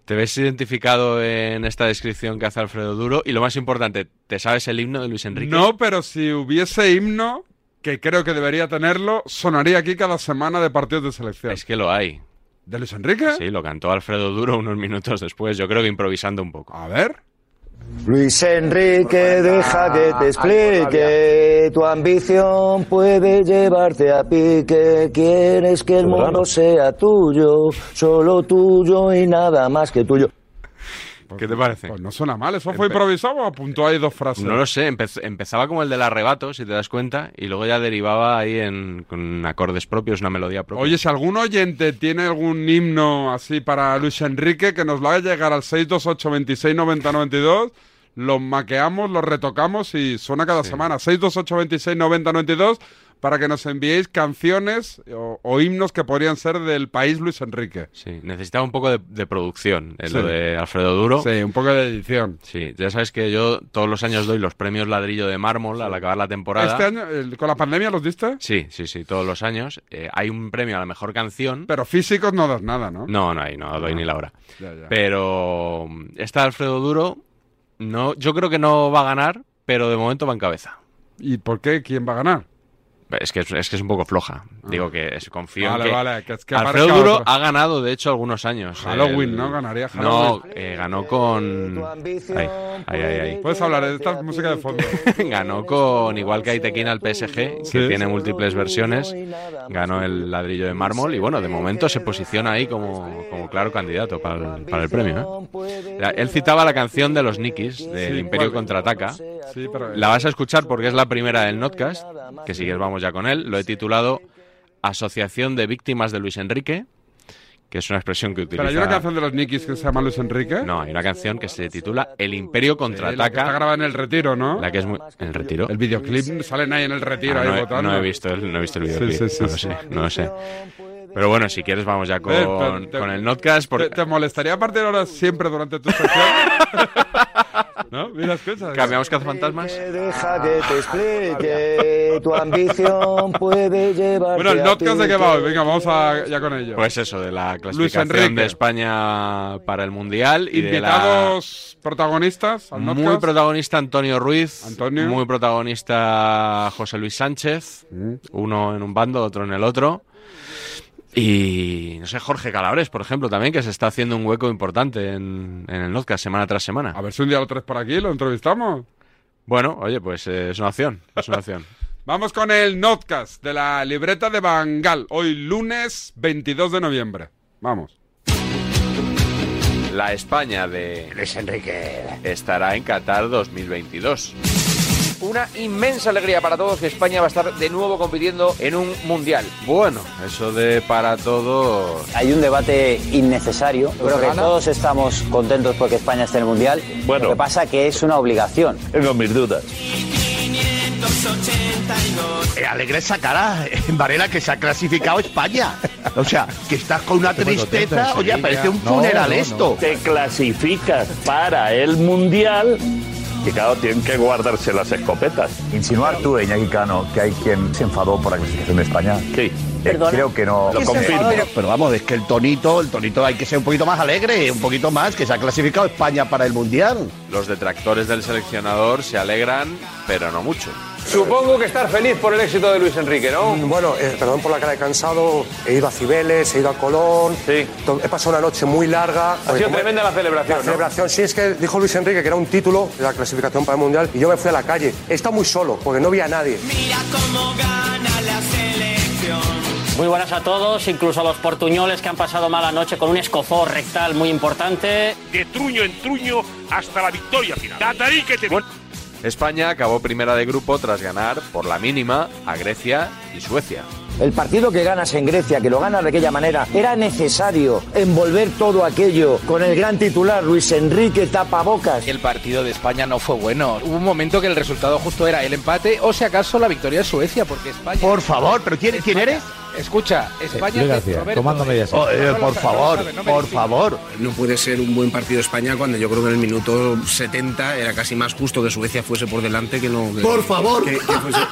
[SPEAKER 2] Te ves identificado en esta descripción que hace Alfredo Duro. Y lo más importante, ¿te sabes el himno de Luis Enrique?
[SPEAKER 1] No, pero si hubiese himno, que creo que debería tenerlo, sonaría aquí cada semana de partidos de selección.
[SPEAKER 2] Es que lo hay.
[SPEAKER 1] ¿De Luis Enrique?
[SPEAKER 2] Sí, lo cantó Alfredo Duro unos minutos después, yo creo que improvisando un poco.
[SPEAKER 1] A ver.
[SPEAKER 10] Luis Enrique, deja que te explique. Tu ambición puede llevarte a pique. Quieres que el mundo sea tuyo, solo tuyo y nada más que tuyo.
[SPEAKER 2] ¿Qué te parece?
[SPEAKER 1] Pues no suena mal, ¿eso fue improvisado o apuntó ahí dos frases?
[SPEAKER 2] No lo sé, empe- empezaba como el del arrebato, si te das cuenta, y luego ya derivaba ahí en, con acordes propios, una melodía propia.
[SPEAKER 1] Oye, si algún oyente tiene algún himno así para Luis Enrique, que nos lo haga llegar al 628-269092, lo maqueamos, lo retocamos y suena cada semana. 628-269092 para que nos enviéis canciones o, o himnos que podrían ser del país Luis Enrique.
[SPEAKER 2] Sí, necesitaba un poco de, de producción, eh, lo
[SPEAKER 1] Sí.
[SPEAKER 2] de Alfredo Duro.
[SPEAKER 1] Sí, un poco de edición.
[SPEAKER 2] Sí, ya sabes que yo todos los años doy los premios ladrillo de mármol al acabar la temporada.
[SPEAKER 1] Este año, el- con la pandemia los diste,
[SPEAKER 2] Sí, sí, sí, todos los años. Eh, hay un premio a la mejor canción.
[SPEAKER 1] pero físicos no Ah. das nada, ¿no?
[SPEAKER 2] No, no hay, no doy ni la hora.
[SPEAKER 1] Ya, ya.
[SPEAKER 2] Pero mm, está Alfredo Duro. No, yo creo que no va a ganar, pero de momento va en cabeza.
[SPEAKER 1] ¿Y por qué? ¿Quién va a ganar? Ah.
[SPEAKER 2] Es que es, es que es un poco floja. Digo que es- confío
[SPEAKER 1] Vale,
[SPEAKER 2] en que,
[SPEAKER 1] vale, que es que
[SPEAKER 2] Alfredo
[SPEAKER 1] aparezca
[SPEAKER 2] Duro
[SPEAKER 1] otro.
[SPEAKER 2] ha ganado, de hecho, algunos años.
[SPEAKER 1] Halloween, ¿no? Ganaría
[SPEAKER 2] No,
[SPEAKER 1] Halloween.
[SPEAKER 2] eh, ganó con. Ay, ay, ay, ay.
[SPEAKER 1] Puedes hablar de esta música de fondo.
[SPEAKER 2] Ganó con igual que Aitequín al PSG, que
[SPEAKER 1] Sí.
[SPEAKER 2] tiene múltiples versiones. Ganó el ladrillo de mármol y bueno, de momento se posiciona ahí como, como claro candidato para el, para el premio. ¿eh? La- Él citaba la canción de los Nikis, del
[SPEAKER 1] Sí,
[SPEAKER 2] Imperio
[SPEAKER 1] ¿cuál?
[SPEAKER 2] Contraataca.
[SPEAKER 1] Sí, pero
[SPEAKER 2] La vas a escuchar porque es la primera del Notcast, que sigues vamos ya con él. Lo he titulado Asociación de Víctimas de Luis Enrique, que es una expresión que
[SPEAKER 1] Pero hay una
[SPEAKER 2] utiliza...
[SPEAKER 1] canción de los Nikis que se llama Luis Enrique.
[SPEAKER 2] No, hay una canción que se titula El Imperio
[SPEAKER 1] Sí, la que está
[SPEAKER 2] Contraataca,
[SPEAKER 1] grabada en el retiro, ¿no?
[SPEAKER 2] la que es muy... ¿El retiro?
[SPEAKER 1] El videoclip salen ahí en el retiro,
[SPEAKER 2] Ah,
[SPEAKER 1] ahí
[SPEAKER 2] no, he,
[SPEAKER 1] votando.
[SPEAKER 2] no he visto el, no he visto el
[SPEAKER 1] Sí,
[SPEAKER 2] videoclip,
[SPEAKER 1] sí, sí,
[SPEAKER 2] no lo
[SPEAKER 1] sí.
[SPEAKER 2] sé, no lo sé. Pero bueno, si quieres vamos ya con,
[SPEAKER 1] Ven, pero te-
[SPEAKER 2] con el Notcast, porque
[SPEAKER 1] ¿Te, te molestaría a partir de ahora siempre durante tu sección? ¿No? Mira, escucha.
[SPEAKER 2] cambiamos cazafantasmas.
[SPEAKER 10] Deja que te explique. Tu ambición puede llevarte
[SPEAKER 1] Bueno, el
[SPEAKER 10] a
[SPEAKER 1] podcast de qué
[SPEAKER 10] pique.
[SPEAKER 1] va hoy. Venga, vamos a, ya con ello.
[SPEAKER 2] Pues eso, de la
[SPEAKER 1] Luis
[SPEAKER 2] clasificación
[SPEAKER 1] Enrique.
[SPEAKER 2] de España para el Mundial y de la...
[SPEAKER 1] Invitados protagonistas al
[SPEAKER 2] Muy
[SPEAKER 1] podcast.
[SPEAKER 2] protagonista Antonio Ruiz,
[SPEAKER 1] Antonio.
[SPEAKER 2] muy
[SPEAKER 1] Mm.
[SPEAKER 2] protagonista José Luis Sánchez, uno en un bando, otro en el otro. Y no sé, Jorge Calabres, por ejemplo, también, que se está haciendo un hueco importante en, en el podcast semana tras semana.
[SPEAKER 1] A ver si un día lo traes por aquí, lo entrevistamos.
[SPEAKER 2] Bueno, oye, pues eh, es una opción, es una opción.
[SPEAKER 1] Vamos con el notcast de la libreta de Bangal. Hoy lunes 22 de noviembre. Vamos.
[SPEAKER 2] La España de Luis Enrique estará en Qatar 2022.
[SPEAKER 4] Una inmensa alegría para todos que España va a estar de nuevo compitiendo en un mundial.
[SPEAKER 2] Bueno, eso de para todo.
[SPEAKER 10] Hay un debate innecesario. Yo creo que todos estamos contentos porque España está en el Mundial.
[SPEAKER 12] Bueno.
[SPEAKER 10] Lo que pasa que es una obligación.
[SPEAKER 12] Tengo mis dudas.
[SPEAKER 13] Eh, alegre sacará en Varela que se ha clasificado España. O sea, que estás con una
[SPEAKER 12] Estoy muy
[SPEAKER 13] tristeza,
[SPEAKER 12] contento,
[SPEAKER 13] oye,
[SPEAKER 12] Sevilla.
[SPEAKER 13] parece un
[SPEAKER 12] No,
[SPEAKER 13] funeral
[SPEAKER 12] no, no.
[SPEAKER 13] esto.
[SPEAKER 12] Te clasificas para el mundial. Y claro, tienen que guardarse las escopetas.
[SPEAKER 10] Insinuar tú, Iñaki Cano, que hay quien se enfadó por la clasificación de España. Eh,
[SPEAKER 12] Sí.
[SPEAKER 13] Perdona.
[SPEAKER 10] creo que no.
[SPEAKER 13] Lo confirmo.
[SPEAKER 10] Eh,
[SPEAKER 13] Pero, pero vamos, es que el tonito, el tonito hay que ser un poquito más alegre, un poquito más, que se ha clasificado España para el Mundial.
[SPEAKER 2] Los detractores del seleccionador se alegran, pero no mucho.
[SPEAKER 14] Supongo que estar feliz por el éxito de Luis Enrique, ¿no?
[SPEAKER 13] Mm.
[SPEAKER 14] Bueno, eh, perdón por la cara de cansado. He ido a Cibeles, he ido a Colón. To- He pasado una noche Pues muy larga.
[SPEAKER 12] Ha sido
[SPEAKER 14] como-
[SPEAKER 12] tremenda la celebración,
[SPEAKER 14] La
[SPEAKER 12] ¿no?
[SPEAKER 14] celebración, sí, es que dijo Luis Enrique que era un título de la clasificación para el Mundial y yo me fui a la calle. He estado muy solo porque no vi a nadie.
[SPEAKER 15] Muy buenas a todos, incluso a los portuñoles que han pasado mala noche con un escozor rectal muy importante.
[SPEAKER 16] de truño en truño hasta la victoria final. Catarí que te...
[SPEAKER 2] España acabó primera de grupo tras ganar por la mínima a Grecia y Suecia.
[SPEAKER 10] El partido que ganas en Grecia, que lo ganas de aquella manera, era necesario envolver todo aquello con el gran titular Luis Enrique Tapabocas.
[SPEAKER 17] El partido de España no fue bueno. Hubo un momento que el resultado justo era el empate o si acaso la victoria de Suecia, porque España...
[SPEAKER 13] Por favor, pero ¿quién, quién eres? Eh,
[SPEAKER 17] Escucha,
[SPEAKER 13] Luis
[SPEAKER 17] España... es de-
[SPEAKER 13] García,
[SPEAKER 17] Roberto,
[SPEAKER 13] tomando medias.
[SPEAKER 17] eh,
[SPEAKER 13] Oh, eh,
[SPEAKER 17] no lo
[SPEAKER 13] por
[SPEAKER 17] sabe,
[SPEAKER 13] favor,
[SPEAKER 17] no lo sabe, no me
[SPEAKER 13] por
[SPEAKER 17] distingue.
[SPEAKER 13] favor.
[SPEAKER 18] No puede ser un buen partido España cuando yo creo que en el minuto 70 era casi más justo que Suecia fuese por delante que no. que-
[SPEAKER 13] Por favor.
[SPEAKER 18] que- que fuese-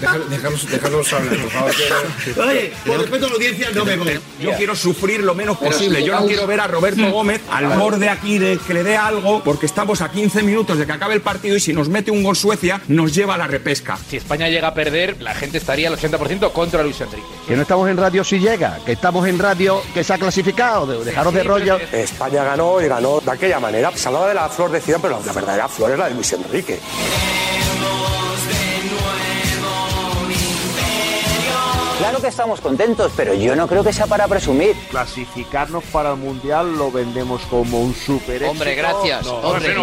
[SPEAKER 18] Déjalo- déjalos- déjalos hablar, por favor. que-
[SPEAKER 13] Oye, por respeto a la audiencia, no me voy.
[SPEAKER 18] Yo quiero sufrir lo menos
[SPEAKER 13] Pero
[SPEAKER 18] posible.
[SPEAKER 13] sí,
[SPEAKER 18] Yo no
[SPEAKER 13] vamos.
[SPEAKER 18] quiero ver a Roberto
[SPEAKER 17] Hmm.
[SPEAKER 13] Mm.
[SPEAKER 18] Gómez al
[SPEAKER 13] Claro.
[SPEAKER 18] borde aquí de que le dé algo, porque estamos a 15 minutos de que acabe el partido y si nos mete un gol Suecia, nos lleva a la repesca.
[SPEAKER 17] Si España llega a perder, la gente estaría al 80% contra Luis Enrique.
[SPEAKER 13] Que no estamos en radio si llega, que estamos en radio que se ha clasificado. de- Dejaros de rollo.
[SPEAKER 14] España ganó y ganó de aquella manera. Se hablaba de la flor de Zidane, pero la- la verdadera flor es la de Luis Enrique.
[SPEAKER 10] Claro que estamos contentos, pero yo no creo que sea para presumir.
[SPEAKER 19] Eh, Clasificarnos para el mundial lo vendemos como un super
[SPEAKER 17] Hombre, gracias. Hombre,
[SPEAKER 19] eh,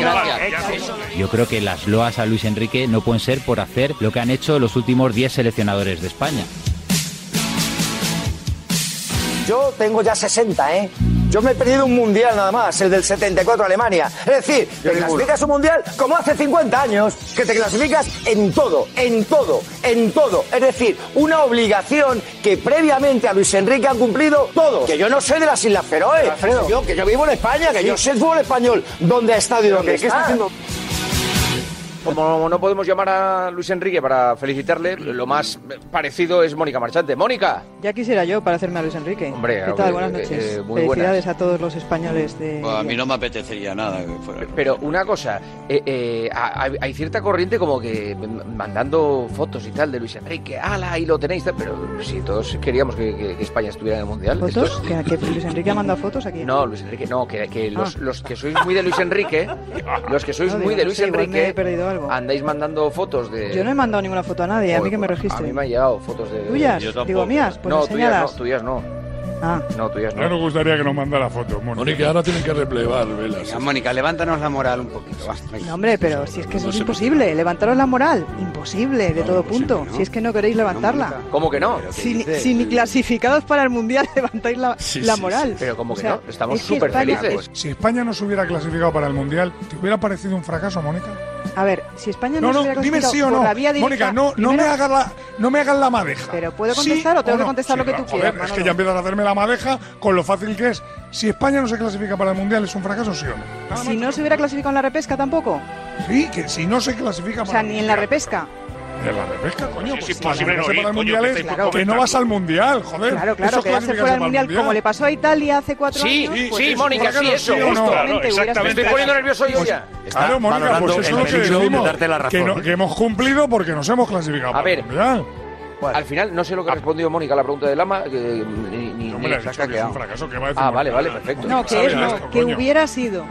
[SPEAKER 17] gracias.
[SPEAKER 20] Yo creo que las loas a Luis Enrique no pueden ser por hacer lo que han hecho los últimos 10 seleccionadores de España.
[SPEAKER 10] Yo tengo ya 60, ¿eh? Yo me he perdido un mundial nada más, el del 74 Alemania. Es decir, te clasificas un mundial como hace 50 años, que te clasificas en todo, en todo, en todo. Es decir, una obligación que previamente a Luis Enrique han cumplido todos. Que yo no soy de las Islas Feroe,
[SPEAKER 19] Alfredo.
[SPEAKER 10] yo, que yo vivo en España, que yo sé el fútbol español, dónde ha estado y
[SPEAKER 4] Pero
[SPEAKER 10] dónde
[SPEAKER 4] que, ¿qué está
[SPEAKER 10] está.
[SPEAKER 4] haciendo? Como no podemos llamar a Luis Enrique para felicitarle, lo más parecido es Mónica Marchante. Mónica,
[SPEAKER 21] Ya quisiera yo parecerme a Luis Enrique.
[SPEAKER 4] Hombre,
[SPEAKER 21] ¿Qué tal?
[SPEAKER 4] eh,
[SPEAKER 21] Buenas
[SPEAKER 4] eh,
[SPEAKER 21] noches.
[SPEAKER 4] eh, muy
[SPEAKER 21] Felicidades a todos los españoles de.
[SPEAKER 22] Pues a mí no me apetecería nada que fuera.
[SPEAKER 4] pero una cosa, eh, eh, ha- hay, hay cierta corriente como que m- mandando fotos y tal de Luis Enrique, ala, ahí lo tenéis, tal", pero si todos queríamos que, que- que España estuviera en el Mundial. esto
[SPEAKER 21] ¿Fotos?
[SPEAKER 4] es-
[SPEAKER 21] ¿Que, que Luis Enrique ha mandado fotos aquí? Ah.
[SPEAKER 4] No, Luis Enrique, no, que, que los, los que sois muy de Luis Enrique, los que sois
[SPEAKER 21] No,
[SPEAKER 4] muy
[SPEAKER 21] digo,
[SPEAKER 4] de Luis
[SPEAKER 21] sí, igual me
[SPEAKER 4] Enrique,
[SPEAKER 21] he perdido algo.
[SPEAKER 4] andáis mandando fotos de...
[SPEAKER 21] Yo no he mandado ninguna foto a nadie, a mí que me
[SPEAKER 4] Pues, A
[SPEAKER 21] registre.
[SPEAKER 4] mí me han llegado fotos de...
[SPEAKER 21] ¿Tuyas? Yo tampoco. Digo, mías, pues
[SPEAKER 4] no,
[SPEAKER 21] enséñalas.
[SPEAKER 4] Tuyas no, tuyas
[SPEAKER 21] no. Ah.
[SPEAKER 4] No, tuyas no.
[SPEAKER 23] Ya nos gustaría que nos mandara foto, Mónica. Mónica, ahora tienen que replegar velas.
[SPEAKER 22] Venga, Mónica, levántanos la moral un poquito. va, venga.
[SPEAKER 21] No, hombre, pero si es que eso es imposible. Levantaros la moral. Imposible, de todo punto. Si es que no queréis levantarla.
[SPEAKER 4] ¿Cómo que no?
[SPEAKER 21] Si, ni- si ni clasificados para el mundial levantáis la, la moral.
[SPEAKER 4] Pero como
[SPEAKER 21] O
[SPEAKER 4] que
[SPEAKER 21] sea,
[SPEAKER 4] no, estamos
[SPEAKER 21] es que
[SPEAKER 4] súper
[SPEAKER 21] España
[SPEAKER 4] felices.
[SPEAKER 24] Si España no se hubiera clasificado para el Mundial, ¿te hubiera parecido un fracaso, Mónica?
[SPEAKER 21] A ver, si España no,
[SPEAKER 24] No,
[SPEAKER 21] se
[SPEAKER 24] no,
[SPEAKER 21] hubiera
[SPEAKER 24] dime
[SPEAKER 21] clasificado
[SPEAKER 24] sí o
[SPEAKER 21] por
[SPEAKER 24] no.
[SPEAKER 21] la vía directa,
[SPEAKER 24] Mónica, no, no,
[SPEAKER 21] primero-
[SPEAKER 24] me hagas la, no me hagas la madeja.
[SPEAKER 21] Pero ¿puedo contestar o tengo que contestar lo que tú quieras,
[SPEAKER 24] Es que
[SPEAKER 21] Manolo?
[SPEAKER 24] ya empiezas a hacerme la madeja con lo fácil que es. Si España no se clasifica para el Mundial, ¿es un fracaso, sí o no?
[SPEAKER 21] Si no se hubiera clasificado en la repesca tampoco.
[SPEAKER 24] Sí, que si no se clasifica
[SPEAKER 21] O sea, ni en la repesca.
[SPEAKER 24] En la repesca, coño.
[SPEAKER 21] es
[SPEAKER 24] pues,
[SPEAKER 21] imposible
[SPEAKER 24] si no se para
[SPEAKER 21] no ir,
[SPEAKER 24] el
[SPEAKER 21] coño,
[SPEAKER 24] Mundial
[SPEAKER 21] que
[SPEAKER 24] es
[SPEAKER 21] estáis para
[SPEAKER 24] que no
[SPEAKER 21] comentar.
[SPEAKER 24] vas al Mundial, joder.
[SPEAKER 21] Claro, claro,
[SPEAKER 24] Eso
[SPEAKER 21] que va a ser
[SPEAKER 24] clasificarse
[SPEAKER 21] fuera del
[SPEAKER 24] para el
[SPEAKER 21] mundial, como le pasó a Italia hace cuatro
[SPEAKER 4] Sí,
[SPEAKER 21] años.
[SPEAKER 4] sí,
[SPEAKER 21] pues
[SPEAKER 4] sí,
[SPEAKER 21] eso,
[SPEAKER 4] Mónica,
[SPEAKER 21] ¿por qué
[SPEAKER 4] sí,
[SPEAKER 21] no?
[SPEAKER 4] eso.
[SPEAKER 21] Justamente
[SPEAKER 4] Justo,
[SPEAKER 21] hubiera
[SPEAKER 4] exactamente.
[SPEAKER 21] sido-
[SPEAKER 4] Me estoy poniendo nervioso yo ya.
[SPEAKER 24] Pues, Claro, Mónica, pues eso es lo que decimos.
[SPEAKER 4] darte la
[SPEAKER 24] Que,
[SPEAKER 4] razón.
[SPEAKER 24] no- que hemos cumplido porque nos hemos clasificado.
[SPEAKER 4] A
[SPEAKER 24] para el
[SPEAKER 4] ver,
[SPEAKER 24] Mundial.
[SPEAKER 25] ¿Cuál?
[SPEAKER 4] Al final, no sé lo que ha respondido Mónica a la pregunta de Lama, que, eh, ni, ni,
[SPEAKER 24] No
[SPEAKER 4] ni
[SPEAKER 24] me lo he
[SPEAKER 4] exacta
[SPEAKER 24] dicho, que es
[SPEAKER 4] ha-
[SPEAKER 24] un fracaso, que va a decir
[SPEAKER 4] Ah, vale, vale,
[SPEAKER 24] Mortadela.
[SPEAKER 4] perfecto.
[SPEAKER 21] No, que, es, no, que hubiera sido.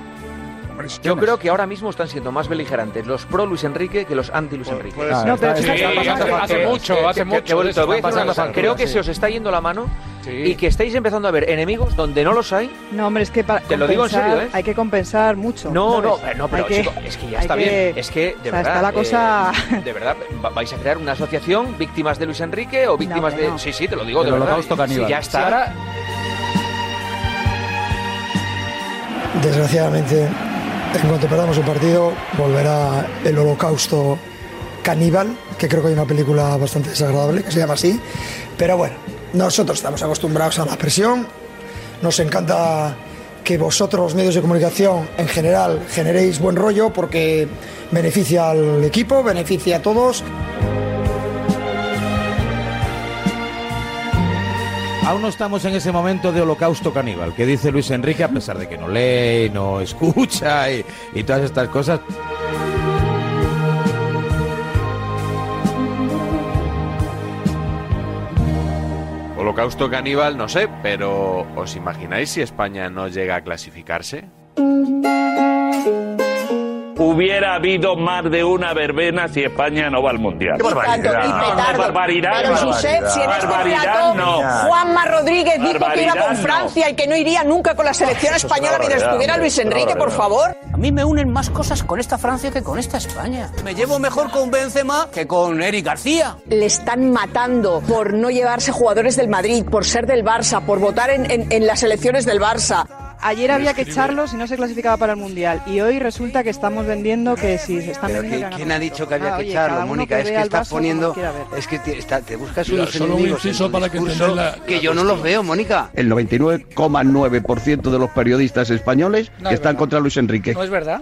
[SPEAKER 4] Yo creo que ahora mismo están siendo más beligerantes los pro Luis Enrique que los anti
[SPEAKER 24] Pues,
[SPEAKER 4] Luis Enrique.
[SPEAKER 21] ser. Ah, No, pero está- está- está- hace- hace mucho,
[SPEAKER 4] Que-
[SPEAKER 21] hace
[SPEAKER 4] que-
[SPEAKER 21] mucho
[SPEAKER 4] que-
[SPEAKER 21] de eso,
[SPEAKER 4] te voy a decir
[SPEAKER 21] pasando
[SPEAKER 4] una cosa,
[SPEAKER 21] factura,
[SPEAKER 4] Creo que
[SPEAKER 21] sí.
[SPEAKER 4] se os está yendo la mano y que estáis empezando a ver enemigos donde no los hay.
[SPEAKER 21] No, hombre, es que para
[SPEAKER 4] Te lo digo en
[SPEAKER 21] compensar
[SPEAKER 4] serio, ¿eh?
[SPEAKER 21] hay que compensar mucho.
[SPEAKER 4] No, no,
[SPEAKER 21] ¿Sabes?
[SPEAKER 4] eh, no, pero
[SPEAKER 21] Hay que-
[SPEAKER 4] chico, es que ya
[SPEAKER 21] hay
[SPEAKER 4] está bien. Es que, de
[SPEAKER 21] o sea,
[SPEAKER 4] verdad.
[SPEAKER 21] Está la
[SPEAKER 4] eh,
[SPEAKER 21] cosa.
[SPEAKER 4] de verdad, va- vais a crear una asociación víctimas de Luis Enrique o víctimas
[SPEAKER 21] hombre,
[SPEAKER 4] de.
[SPEAKER 21] no.
[SPEAKER 4] Sí, sí, te lo digo,
[SPEAKER 20] Del
[SPEAKER 4] de verdad.
[SPEAKER 20] holocausto caníbal.
[SPEAKER 4] Sí, ya está.
[SPEAKER 20] Sí, ahora-
[SPEAKER 26] Desgraciadamente, en cuanto perdamos el partido, volverá el holocausto caníbal, que creo que hay una película bastante desagradable que se llama así. Pero bueno, nosotros estamos acostumbrados a la presión, nos encanta que vosotros, los medios de comunicación en general, generéis buen rollo porque beneficia al equipo, beneficia a todos.
[SPEAKER 27] Aún no estamos en ese momento de holocausto caníbal que dice Luis Enrique, a pesar de que no lee, no escucha y, y todas estas cosas.
[SPEAKER 2] Holocausto caníbal, no sé, pero ¿os imagináis si España no llega a clasificarse?
[SPEAKER 12] Hubiera habido más de una verbena si España no va al mundial.
[SPEAKER 28] Qué barbaridad.
[SPEAKER 12] No,
[SPEAKER 28] petardo.
[SPEAKER 12] barbaridad,
[SPEAKER 28] Pero
[SPEAKER 12] no.
[SPEAKER 28] Josep, si en este
[SPEAKER 12] barbaridad
[SPEAKER 28] plato
[SPEAKER 12] no.
[SPEAKER 28] Juanma Rodríguez dijo que iba
[SPEAKER 12] Barbaridad,
[SPEAKER 28] con
[SPEAKER 12] no.
[SPEAKER 28] Francia y que no iría nunca con la selección Eso es una española mientras barbaridad, estuviera hombre, Luis es una Enrique, por favor. barbaridad. A mí me unen más cosas con este esta Francia que con esta España. Me llevo mejor con Benzema que con Eric García. Le están matando por no llevarse jugadores del Madrid, por ser del Barça, por votar en, en- en las elecciones del Barça.
[SPEAKER 21] Ayer había que
[SPEAKER 28] escribe.
[SPEAKER 21] echarlo si no se clasificaba para el mundial. Y hoy resulta que estamos vendiendo que si se están
[SPEAKER 29] Pero
[SPEAKER 21] vendiendo.
[SPEAKER 29] ¿quién,
[SPEAKER 21] que
[SPEAKER 29] quién
[SPEAKER 21] ganamos
[SPEAKER 29] ha dicho que
[SPEAKER 21] nosotros.
[SPEAKER 29] había
[SPEAKER 21] Ah,
[SPEAKER 29] que
[SPEAKER 21] oye,
[SPEAKER 29] echarlo,
[SPEAKER 21] cada uno
[SPEAKER 29] Mónica? Es
[SPEAKER 21] vea
[SPEAKER 29] que
[SPEAKER 21] el
[SPEAKER 29] estás
[SPEAKER 21] vaso como
[SPEAKER 29] poniendo.
[SPEAKER 21] quiera ver.
[SPEAKER 29] Es que te, está- te buscas
[SPEAKER 21] Mira,
[SPEAKER 29] unos
[SPEAKER 21] solo un
[SPEAKER 29] enemigos. en
[SPEAKER 21] inciso
[SPEAKER 29] tu
[SPEAKER 21] para que
[SPEAKER 29] discurso
[SPEAKER 21] entendáis la-
[SPEAKER 29] que yo no los veo, Mónica.
[SPEAKER 13] El 99,9% de los periodistas españoles
[SPEAKER 30] No es
[SPEAKER 13] que están
[SPEAKER 30] verdad.
[SPEAKER 13] contra Luis Enrique.
[SPEAKER 30] ¿No es verdad?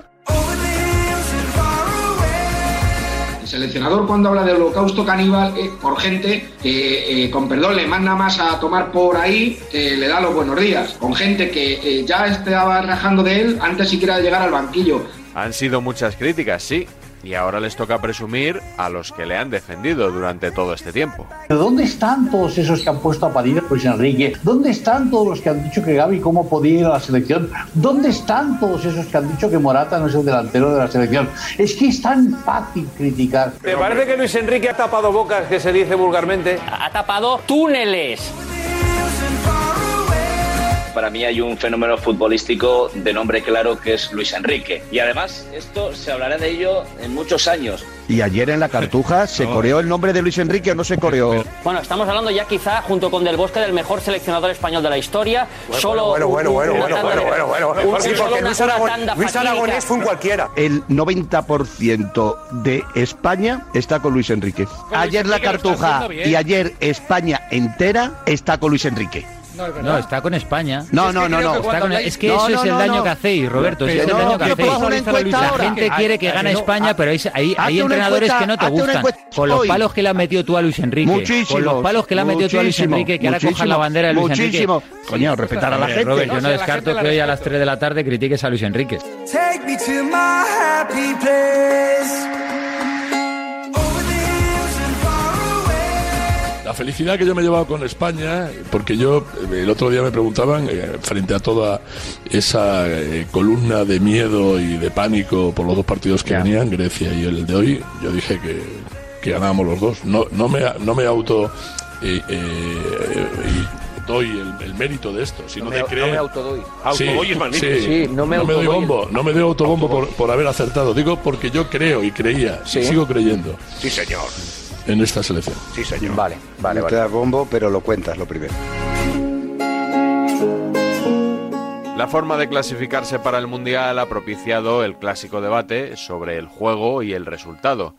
[SPEAKER 31] El seleccionador cuando habla de holocausto caníbal es por gente que, eh, con perdón, le manda más a tomar por ahí, eh, le da los buenos días. Con gente que eh, ya estaba rajando de él antes siquiera de llegar al banquillo.
[SPEAKER 2] Han sido muchas críticas, sí, y ahora les toca presumir a los que le han defendido durante todo este tiempo.
[SPEAKER 32] ¿Pero dónde están todos esos que han puesto a parir a Luis Enrique? ¿Dónde están todos los que han dicho que Gaby cómo podía ir a la selección? ¿Dónde están todos esos que han dicho que Morata no es el delantero de la selección? Es que es tan fácil criticar.
[SPEAKER 33] ¿Te parece que Luis Enrique ha tapado bocas, que se dice vulgarmente?
[SPEAKER 17] Ha tapado túneles.
[SPEAKER 34] Para mí hay un fenómeno futbolístico de nombre claro que es Luis Enrique. Y además, esto se hablará de ello en muchos años.
[SPEAKER 13] Y ayer en la Cartuja se coreó el nombre de Luis Enrique o no se coreó.
[SPEAKER 17] Bueno, estamos hablando ya quizá junto con Del Bosque del mejor seleccionador español de la historia. solo
[SPEAKER 13] bueno, bueno,
[SPEAKER 17] un-
[SPEAKER 13] bueno,
[SPEAKER 17] una
[SPEAKER 13] bueno,
[SPEAKER 17] tanda-
[SPEAKER 13] bueno, bueno, bueno.
[SPEAKER 17] un-
[SPEAKER 13] Sí,
[SPEAKER 17] solo
[SPEAKER 13] porque
[SPEAKER 17] una-
[SPEAKER 13] Luis
[SPEAKER 17] una
[SPEAKER 13] Arago-
[SPEAKER 17] tanda
[SPEAKER 13] Luis
[SPEAKER 17] fatídica.
[SPEAKER 13] Aragonés fue un
[SPEAKER 25] cualquiera.
[SPEAKER 13] El 90% de España está con Luis Enrique. Ayer la
[SPEAKER 20] Enrique lo está
[SPEAKER 13] Cartuja
[SPEAKER 20] haciendo bien.
[SPEAKER 13] y ayer España entera está con Luis Enrique.
[SPEAKER 20] No, está con España.
[SPEAKER 13] No, no, no, no.
[SPEAKER 20] Está con- es que
[SPEAKER 13] No,
[SPEAKER 20] eso
[SPEAKER 13] no,
[SPEAKER 20] es el
[SPEAKER 13] no,
[SPEAKER 20] daño
[SPEAKER 13] no.
[SPEAKER 20] que hacéis, Roberto. ese
[SPEAKER 13] Pero
[SPEAKER 20] es el
[SPEAKER 13] no,
[SPEAKER 20] daño que
[SPEAKER 13] tío,
[SPEAKER 20] hacéis.
[SPEAKER 13] pero haz una encuesta
[SPEAKER 20] la
[SPEAKER 13] ahora.
[SPEAKER 20] gente quiere que
[SPEAKER 13] Ay,
[SPEAKER 20] gane
[SPEAKER 13] ay, no.
[SPEAKER 20] España, pero hay, hay, hay
[SPEAKER 13] Hazte una
[SPEAKER 20] entrenadores
[SPEAKER 13] encuesta-
[SPEAKER 20] que no te
[SPEAKER 13] hazte una
[SPEAKER 20] gustan.
[SPEAKER 13] encuesta
[SPEAKER 20] Con los
[SPEAKER 13] hoy.
[SPEAKER 20] palos que le has metido tú a Luis Enrique. Con los palos que le has metido tú a Luis
[SPEAKER 13] muchísimo,
[SPEAKER 20] Enrique, que ahora cojan la
[SPEAKER 13] muchísimo,
[SPEAKER 20] bandera de Luis
[SPEAKER 13] muchísimo.
[SPEAKER 20] Enrique.
[SPEAKER 13] Coño, respetar a la
[SPEAKER 20] Hombre,
[SPEAKER 13] gente.
[SPEAKER 20] Robert, yo no descarto que hoy a las 3 de la tarde critiques a Luis Enrique.
[SPEAKER 35] Take me to my happy place.
[SPEAKER 8] La felicidad que yo me he llevado con España, porque yo eh, el otro día me preguntaban, eh, frente a toda esa eh, columna de miedo y de pánico por los dos partidos que venían, Grecia y el de hoy, yo dije que, que ganábamos los dos. No, no, me, no me auto... eh, eh, eh, y doy el, el mérito de esto, sino
[SPEAKER 12] No me
[SPEAKER 8] de
[SPEAKER 12] au- no
[SPEAKER 8] creer.
[SPEAKER 12] me autodoy.
[SPEAKER 4] Ah,
[SPEAKER 12] Autodoy es magnífico.
[SPEAKER 8] sí.
[SPEAKER 12] Sí,
[SPEAKER 8] no
[SPEAKER 12] no
[SPEAKER 8] me,
[SPEAKER 12] me
[SPEAKER 8] doy
[SPEAKER 12] autodoy.
[SPEAKER 8] bombo, no me doy autobombo por, por haber acertado. Digo porque yo creo y creía, y
[SPEAKER 36] Sí.
[SPEAKER 8] sigo creyendo
[SPEAKER 36] Sí, señor.
[SPEAKER 8] en esta selección.
[SPEAKER 36] Sí, señor. Vale,
[SPEAKER 13] Vale,
[SPEAKER 36] vale.
[SPEAKER 13] Te das bombo, pero lo cuentas lo primero.
[SPEAKER 2] La forma de clasificarse para el Mundial ha propiciado el clásico debate sobre el juego y el resultado,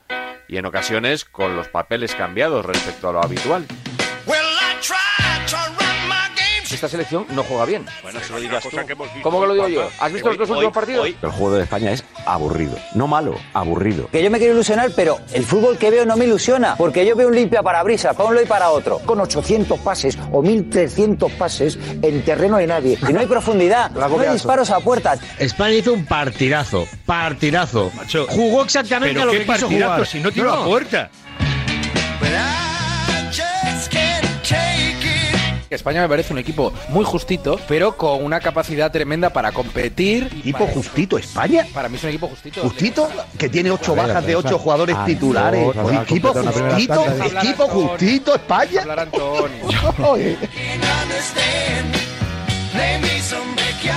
[SPEAKER 2] y en ocasiones con los papeles cambiados respecto a lo habitual.
[SPEAKER 4] Esta selección no juega bien.
[SPEAKER 2] Bueno, se lo digas tú.
[SPEAKER 4] ¿Cómo que lo digo yo? ¿Has visto los dos últimos partidos?
[SPEAKER 37] El juego de España es aburrido. No malo, aburrido.
[SPEAKER 10] Que yo me quiero ilusionar, pero el fútbol que veo no me ilusiona, porque yo veo un limpia para brisa, para un lado y para otro.
[SPEAKER 38] Con 800 pases o 1300 pases en terreno de nadie.
[SPEAKER 10] Y no hay profundidad, no hay disparos a puertas.
[SPEAKER 26] España hizo un partidazo, partidazo. Jugó exactamente
[SPEAKER 27] Pero
[SPEAKER 26] a lo
[SPEAKER 27] qué
[SPEAKER 26] que quiso
[SPEAKER 27] partidazo,
[SPEAKER 26] jugar.
[SPEAKER 27] si no tiró a puerta.
[SPEAKER 39] España me parece un equipo muy justito, pero con una capacidad tremenda para competir.
[SPEAKER 17] ¿Equipo justito España?
[SPEAKER 39] Para mí es un equipo justito.
[SPEAKER 17] Justito, que tiene ocho Joder, bajas de pero ocho esa- jugadores Ah, titulares. no, no, no, equipo completa una primera justito, tanda. equipo justito España.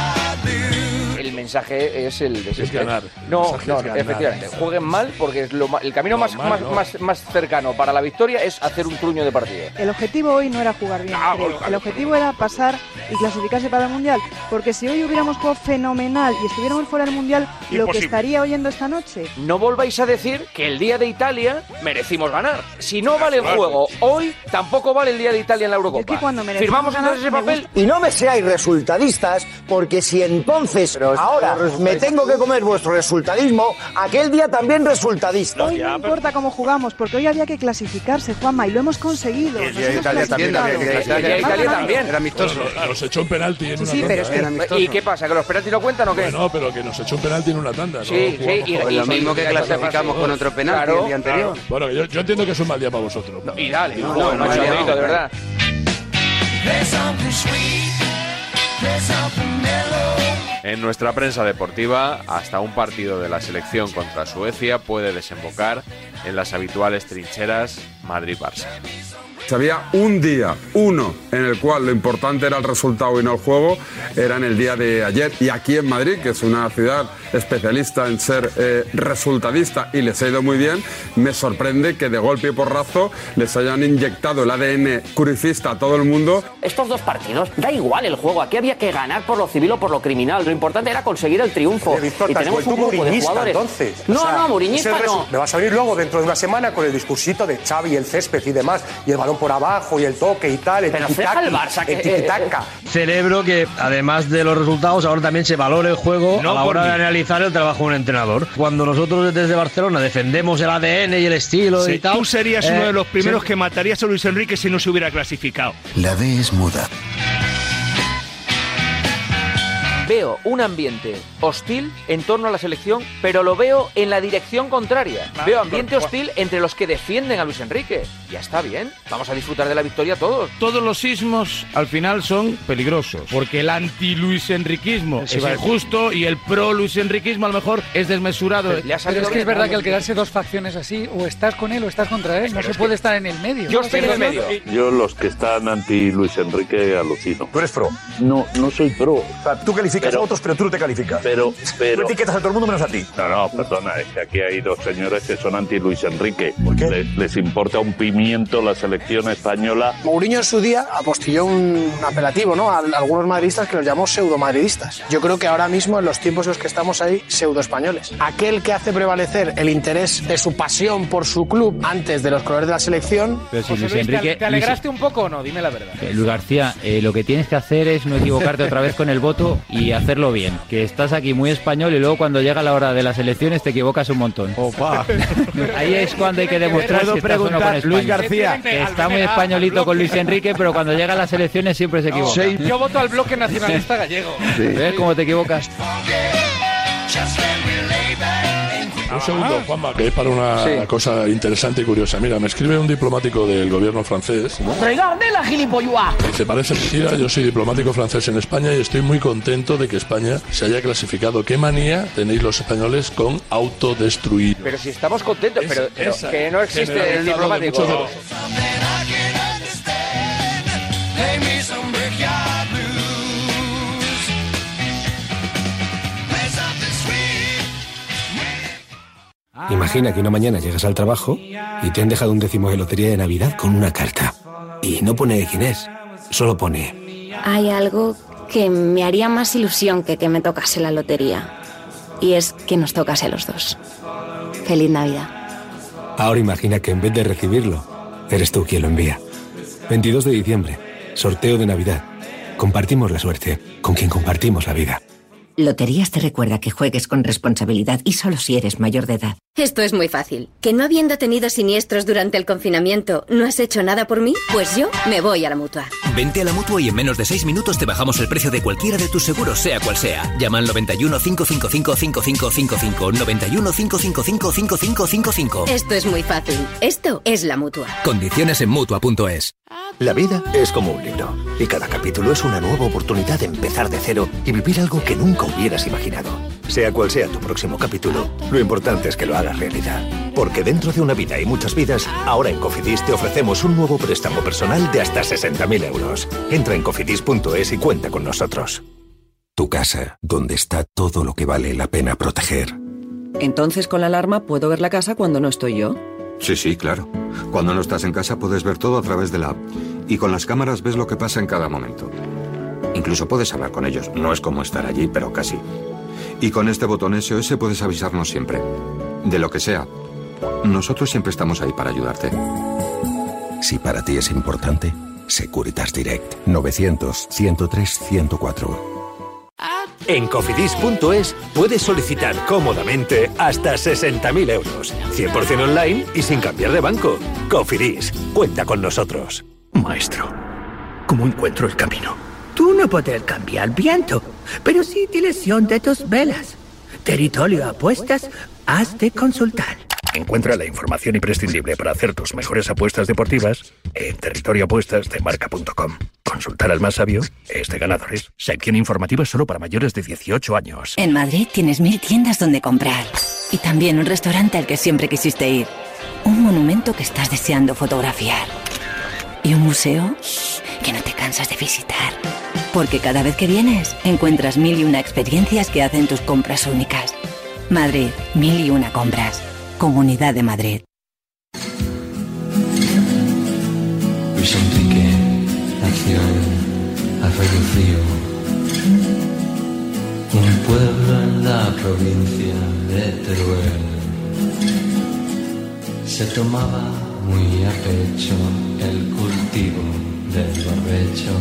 [SPEAKER 4] El mensaje es el de siempre.
[SPEAKER 17] ganar.
[SPEAKER 4] No,
[SPEAKER 17] El mensaje
[SPEAKER 4] no,
[SPEAKER 17] es ganar.
[SPEAKER 4] efectivamente. Jueguen mal porque es lo ma- el camino más,
[SPEAKER 17] mal,
[SPEAKER 4] más,
[SPEAKER 17] no.
[SPEAKER 4] más- más cercano para la victoria es hacer un truño de partido.
[SPEAKER 21] El objetivo hoy no era jugar bien,
[SPEAKER 29] Ah,
[SPEAKER 21] creo. el objetivo era pasar y clasificarse para el Mundial, porque si hoy hubiéramos jugado fenomenal y estuviéramos fuera del Mundial, lo que
[SPEAKER 4] Imposible.
[SPEAKER 21] estaría oyendo esta noche.
[SPEAKER 4] No volváis a decir que el día de Italia merecimos ganar. Si no vale el juego hoy, tampoco vale el día de Italia en la Eurocopa.
[SPEAKER 21] cuando merecemos
[SPEAKER 4] Firmamos
[SPEAKER 21] ganar,
[SPEAKER 4] entonces ese
[SPEAKER 21] me
[SPEAKER 4] papel.
[SPEAKER 10] Y no me seáis resultadistas, porque si entonces ahora me tengo que comer vuestro resultadismo, aquel día también resultadista.
[SPEAKER 21] Hoy no importa cómo jugamos, porque hoy había que clasificarse, Juanma, y lo hemos conseguido.
[SPEAKER 17] El
[SPEAKER 21] Nos
[SPEAKER 17] día de
[SPEAKER 21] hemos
[SPEAKER 17] Italia también,
[SPEAKER 21] clasificado.
[SPEAKER 17] el día de Italia- El día de Italia también. Era amistoso.
[SPEAKER 8] Nos echó un penalti en
[SPEAKER 21] Sí,
[SPEAKER 8] una
[SPEAKER 21] sí,
[SPEAKER 8] tanda.
[SPEAKER 21] pero es que-
[SPEAKER 8] ¿eh?
[SPEAKER 17] Era amistoso. ¿Y qué
[SPEAKER 4] pasa? ¿Que los penaltis no cuentan o qué?
[SPEAKER 8] Bueno, pero que nos echó un penalti en una tanda. ¿no?
[SPEAKER 4] Sí, sí,
[SPEAKER 8] Jugamos
[SPEAKER 4] y-
[SPEAKER 8] con-
[SPEAKER 4] y- Lo mismo que
[SPEAKER 8] con-
[SPEAKER 4] clasificamos con otro penalti Claro. el día anterior.
[SPEAKER 8] Claro. Bueno, que yo, yo entiendo que es un mal día para vosotros.
[SPEAKER 4] Y dale, no,
[SPEAKER 8] Bueno,
[SPEAKER 4] no,
[SPEAKER 8] vale,
[SPEAKER 4] macho,
[SPEAKER 8] vale.
[SPEAKER 4] Benito, de verdad.
[SPEAKER 35] There's something sweet, there's something mellow.
[SPEAKER 2] En nuestra prensa deportiva, hasta un partido de la selección contra Suecia puede desembocar en las habituales trincheras Madrid-Barça.
[SPEAKER 1] Había un día, uno, en el cual lo importante era el resultado y no el juego, era en el día de ayer. Y aquí en Madrid, que es una ciudad especialista en ser eh, resultadista y les ha ido muy bien, me sorprende que de golpe y porrazo les hayan inyectado el ADN crucifista a todo el mundo.
[SPEAKER 40] Estos dos partidos, da igual el juego, aquí había que ganar por lo civil o por lo criminal, lo importante era conseguir el triunfo.
[SPEAKER 41] Víctor,
[SPEAKER 40] Y
[SPEAKER 41] te has
[SPEAKER 40] tenemos
[SPEAKER 41] vuelto
[SPEAKER 40] un grupo de
[SPEAKER 41] mourinhista,
[SPEAKER 40] jugadores.
[SPEAKER 41] entonces.
[SPEAKER 40] No,
[SPEAKER 41] O sea,
[SPEAKER 40] no,
[SPEAKER 41] es
[SPEAKER 40] mourinhista
[SPEAKER 41] el resu-
[SPEAKER 40] no.
[SPEAKER 41] Me vas vas a venir luego dentro de una semana con el discursito de Xavi, el césped y demás, y el balón por abajo, y el toque y tal, el
[SPEAKER 40] Pero fija
[SPEAKER 41] tiki-taki,
[SPEAKER 40] el Barça, que- eh,
[SPEAKER 41] el tiki-taka.
[SPEAKER 42] Celebro que además de los resultados, ahora también se valore el
[SPEAKER 40] eh,
[SPEAKER 42] juego
[SPEAKER 43] No
[SPEAKER 42] a la
[SPEAKER 43] por
[SPEAKER 42] hora de
[SPEAKER 43] mí.
[SPEAKER 42] analizar el trabajo de un entrenador. Cuando nosotros desde Barcelona defendemos el ADN y el estilo
[SPEAKER 26] Sí,
[SPEAKER 42] y tal.
[SPEAKER 43] Tú serías
[SPEAKER 42] eh,
[SPEAKER 43] uno de los primeros
[SPEAKER 42] se-
[SPEAKER 43] que matarías a Luis Enrique si no se hubiera clasificado.
[SPEAKER 13] La D es muda.
[SPEAKER 4] Veo un ambiente hostil en torno a la selección, pero lo veo en la dirección contraria.
[SPEAKER 43] Ah,
[SPEAKER 4] Veo ambiente hostil entre los que defienden a Luis Enrique. Ya está bien, vamos a disfrutar de la victoria todos.
[SPEAKER 44] Todos los sismos al final son peligrosos, porque el anti-Luis Enriquismo es iba a decir.
[SPEAKER 43] injusto y el pro-Luis Enriquismo a lo mejor es desmesurado.
[SPEAKER 26] Pero es que es verdad que al quedarse dos facciones así, o estás con él o estás contra él, no se puede estar en el medio.
[SPEAKER 12] Yo los que están anti Luis Enrique alucino. ¿Tú eres pro? No, no soy pro. tú calificas a otros, pero tú no te calificas. Pero, pero...
[SPEAKER 13] Tú etiquetas
[SPEAKER 12] a todo el mundo menos a ti. No, no, perdona, es que aquí hay dos señores que son anti Luis Enrique. ¿Por qué? Les, les importa un pimiento la selección española.
[SPEAKER 13] Mourinho en su día apostilló un apelativo ¿no? a algunos madridistas que los llamó pseudo-madridistas. Yo creo que ahora mismo, en los tiempos en los que estamos ahí, pseudo-españoles. Aquel que hace prevalecer el interés de su pasión por su club antes de los colores de la selección.
[SPEAKER 20] Pero si Luis
[SPEAKER 26] Luis, ¿te-
[SPEAKER 20] Enrique.
[SPEAKER 26] ¿Te
[SPEAKER 20] Luis-
[SPEAKER 26] alegraste un poco o no? Dime la verdad.
[SPEAKER 20] eh, Luis García, eh, lo que tienes que hacer es no equivocarte otra vez con el voto y hacerlo bien. Que estás aquí muy español y luego cuando llega la hora de las elecciones te equivocas un montón. Ahí es cuando hay que demostrar si
[SPEAKER 44] Puedo
[SPEAKER 20] estás o no con
[SPEAKER 44] preguntar,
[SPEAKER 20] España.
[SPEAKER 44] Luis García.
[SPEAKER 20] Que está muy españolito con Luis Enrique, pero cuando llega a las elecciones siempre se equivoca.
[SPEAKER 39] Yo voto al bloque nacionalista gallego.
[SPEAKER 20] ¿Ves cómo te equivocas?
[SPEAKER 8] Un
[SPEAKER 17] Ah.
[SPEAKER 8] segundo, Juanma, que es para una cosa interesante y curiosa. Mira, me escribe un diplomático del gobierno francés.
[SPEAKER 45] ¡Regarde la gilipollua!
[SPEAKER 8] Dice, parece mentira, yo soy diplomático francés en España y estoy muy contento de que España se haya clasificado. ¿Qué manía tenéis los españoles con autodestruir?
[SPEAKER 4] Pero si estamos contentos, pero, pero
[SPEAKER 8] esa,
[SPEAKER 4] que no existe el
[SPEAKER 8] generalizado de muchos de
[SPEAKER 4] diplomático.
[SPEAKER 8] vosotros.
[SPEAKER 13] Play me some Brickyard Blues. Play something sweet. Imagina que una mañana llegas al trabajo y te han dejado un décimo de lotería de Navidad con una carta. Y no pone de quién es, solo pone.
[SPEAKER 46] Hay algo que me haría más ilusión que que me tocase la lotería. Y es que nos tocase a los dos. Feliz Navidad.
[SPEAKER 13] Ahora imagina que en vez de recibirlo, eres tú quien lo envía. 22 de diciembre, sorteo de Navidad. Compartimos la suerte con quien compartimos la vida.
[SPEAKER 28] Loterías te recuerda que juegues con responsabilidad y solo si eres mayor de edad.
[SPEAKER 3] Esto es muy fácil. ¿Que no habiendo tenido siniestros durante el confinamiento, no has hecho nada por mí? Pues yo me voy a la mutua.
[SPEAKER 4] Vente a la mutua y en menos de 6 minutos te bajamos el precio de cualquiera de tus seguros, sea cual sea. Llama al 91 555 5555 91 555 5555.
[SPEAKER 3] Esto es muy fácil. Esto es la mutua.
[SPEAKER 4] Condiciones en mutua.es.
[SPEAKER 13] La vida es como un libro y cada capítulo es una nueva oportunidad de empezar de cero y vivir algo que nunca hubieras imaginado. Sea cual sea tu próximo capítulo, lo importante es que lo hagas realidad. Porque dentro de una vida y muchas vidas, ahora en Cofidis te ofrecemos un nuevo préstamo personal de hasta 60.000 euros. Entra en cofidis.es y cuenta con nosotros.
[SPEAKER 36] Tu casa, donde está todo lo que vale la pena proteger.
[SPEAKER 47] Entonces con la alarma puedo ver la casa cuando no estoy yo.
[SPEAKER 36] Sí, sí, claro. Cuando no estás en casa puedes ver todo a través de la app. Y con las cámaras ves lo que pasa en cada momento. Incluso puedes hablar con ellos. No es como estar allí, pero casi. Y con este botón SOS puedes avisarnos siempre. De lo que sea. Nosotros siempre estamos ahí para ayudarte. Si para ti es importante, Securitas Direct 900-103-104.
[SPEAKER 13] En cofidis.es puedes solicitar cómodamente hasta 60.000 euros, 100% online y sin cambiar de banco. Cofidis, cuenta con nosotros.
[SPEAKER 48] Maestro, ¿cómo encuentro el camino? Tú no puedes cambiar viento, pero sí dirección de tus velas. Territorio apuestas, has de consultar.
[SPEAKER 13] Encuentra la información imprescindible para hacer tus mejores apuestas deportivas en territorioapuestas de marca.com. Consultar al más sabio es de ganadores. Sección informativa solo para mayores de 18 años.
[SPEAKER 28] En Madrid tienes mil tiendas donde comprar y también un restaurante al que siempre quisiste ir, un monumento que estás deseando fotografiar y un museo que no te cansas de visitar. Porque cada vez que vienes encuentras mil y una experiencias que hacen tus compras únicas. Madrid, mil y una compras. Comunidad de Madrid.
[SPEAKER 49] Luis Enrique nació a frío, un pueblo en la provincia de Teruel. Se tomaba muy a pecho el cultivo del barbecho,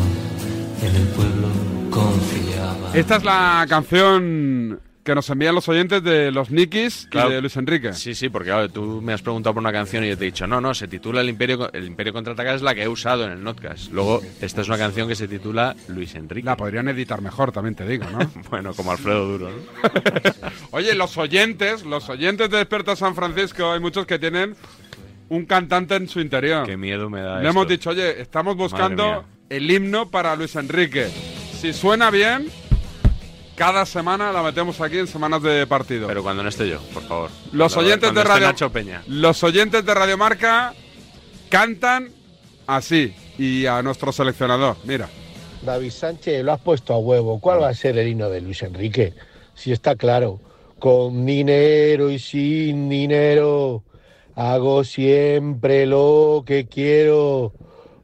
[SPEAKER 49] en el pueblo confiaba.
[SPEAKER 1] Esta es la canción que nos envían los oyentes de los Nikis
[SPEAKER 2] Claro.
[SPEAKER 1] y de Luis Enrique.
[SPEAKER 2] Sí, sí, porque claro, tú me has preguntado por una canción y yo te he dicho, no, no, se titula El Imperio, el Imperio Contraataca, es la que he usado en el Notcast. Luego, esta es una canción que se titula Luis Enrique. La
[SPEAKER 1] podrían editar mejor, también te digo, ¿no?
[SPEAKER 2] bueno, como Alfredo Duro, ¿no?
[SPEAKER 1] Oye, los oyentes, los oyentes de Desperta San Francisco, hay muchos que tienen un cantante en su interior.
[SPEAKER 2] Qué miedo me da
[SPEAKER 1] Le
[SPEAKER 2] esto.
[SPEAKER 1] hemos dicho, oye, estamos
[SPEAKER 2] Madre
[SPEAKER 1] buscando
[SPEAKER 2] mía.
[SPEAKER 1] el himno para Luis Enrique. Si suena bien, cada semana la metemos aquí en semanas de partido.
[SPEAKER 2] Pero cuando no esté yo, por favor.
[SPEAKER 1] Los
[SPEAKER 2] Cuando-
[SPEAKER 1] oyentes
[SPEAKER 2] cuando
[SPEAKER 1] de
[SPEAKER 2] esté
[SPEAKER 1] Radio-
[SPEAKER 2] Nacho Peña.
[SPEAKER 1] Los oyentes de Radio Marca cantan así y a nuestro seleccionador, mira.
[SPEAKER 17] David Sánchez, lo has puesto a huevo. ¿Cuál va a ser el himno de Luis Enrique? Si está claro, con dinero y sin dinero, hago siempre lo que quiero,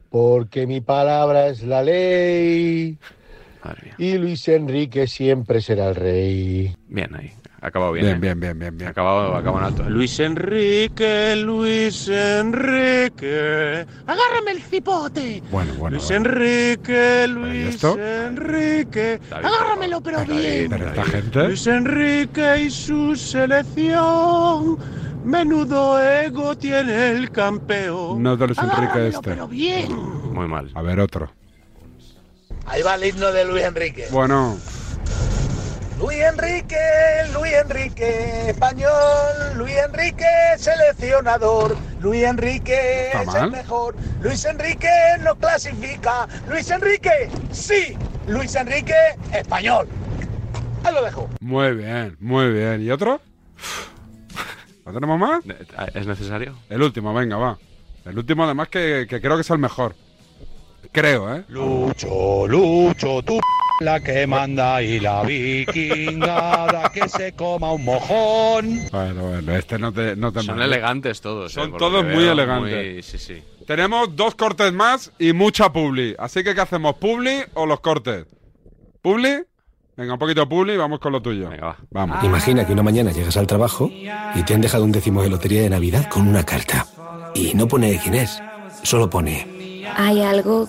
[SPEAKER 17] porque mi palabra es la ley. Y Luis Enrique siempre será el rey.
[SPEAKER 2] Bien ahí. Ha Acabado bien.
[SPEAKER 1] Bien,
[SPEAKER 2] ¿eh?
[SPEAKER 1] bien, bien, bien, bien.
[SPEAKER 2] Ha Acabado, ha acabado en alto. ¿eh? Luis
[SPEAKER 35] Enrique, Luis Enrique. Agárrame el cipote.
[SPEAKER 1] Bueno, bueno.
[SPEAKER 35] Luis Enrique,
[SPEAKER 1] ¿Y
[SPEAKER 35] Luis
[SPEAKER 1] esto?
[SPEAKER 35] Enrique. Agárramelo, pero bien.
[SPEAKER 1] Pero esta gente.
[SPEAKER 35] Luis Enrique y su selección. Menudo ego tiene el campeón.
[SPEAKER 1] No es de Luis Enrique
[SPEAKER 35] Agárramelo,
[SPEAKER 1] este.
[SPEAKER 35] Pero bien.
[SPEAKER 2] Muy mal.
[SPEAKER 1] A ver, otro.
[SPEAKER 35] Ahí va el himno de Luis Enrique.
[SPEAKER 1] Bueno,
[SPEAKER 35] Luis Enrique, Luis Enrique, español, Luis Enrique, seleccionador, Luis Enrique
[SPEAKER 1] Está
[SPEAKER 35] es
[SPEAKER 1] mal.
[SPEAKER 35] el mejor, Luis Enrique no clasifica, Luis Enrique, sí, Luis Enrique, español. Ahí lo dejo.
[SPEAKER 1] muy bien, muy bien. ¿Y otro? ¿No tenemos más?
[SPEAKER 2] eh, ¿Es necesario?
[SPEAKER 1] El último, venga, va. El último, además, que, que creo que es el mejor. Creo, ¿eh?
[SPEAKER 50] Lucho, Lucho, tú p- la que manda y la vikingada que se coma un mojón.
[SPEAKER 1] Bueno, bueno, este no te, no te
[SPEAKER 2] Son
[SPEAKER 1] marees.
[SPEAKER 2] elegantes todos. eh,
[SPEAKER 1] Son todos muy elegantes.
[SPEAKER 2] Sí, sí.
[SPEAKER 1] Tenemos dos cortes más y mucha publi. Así que, ¿qué hacemos? ¿Publi o los cortes? ¿Publi? Venga, un poquito de publi y vamos con lo tuyo. Venga, Vamos.
[SPEAKER 51] Ah. Imagina que una mañana llegas al trabajo y te han dejado un décimo de lotería de Navidad con una carta. Y no pone de quién es, solo pone.
[SPEAKER 46] Hay algo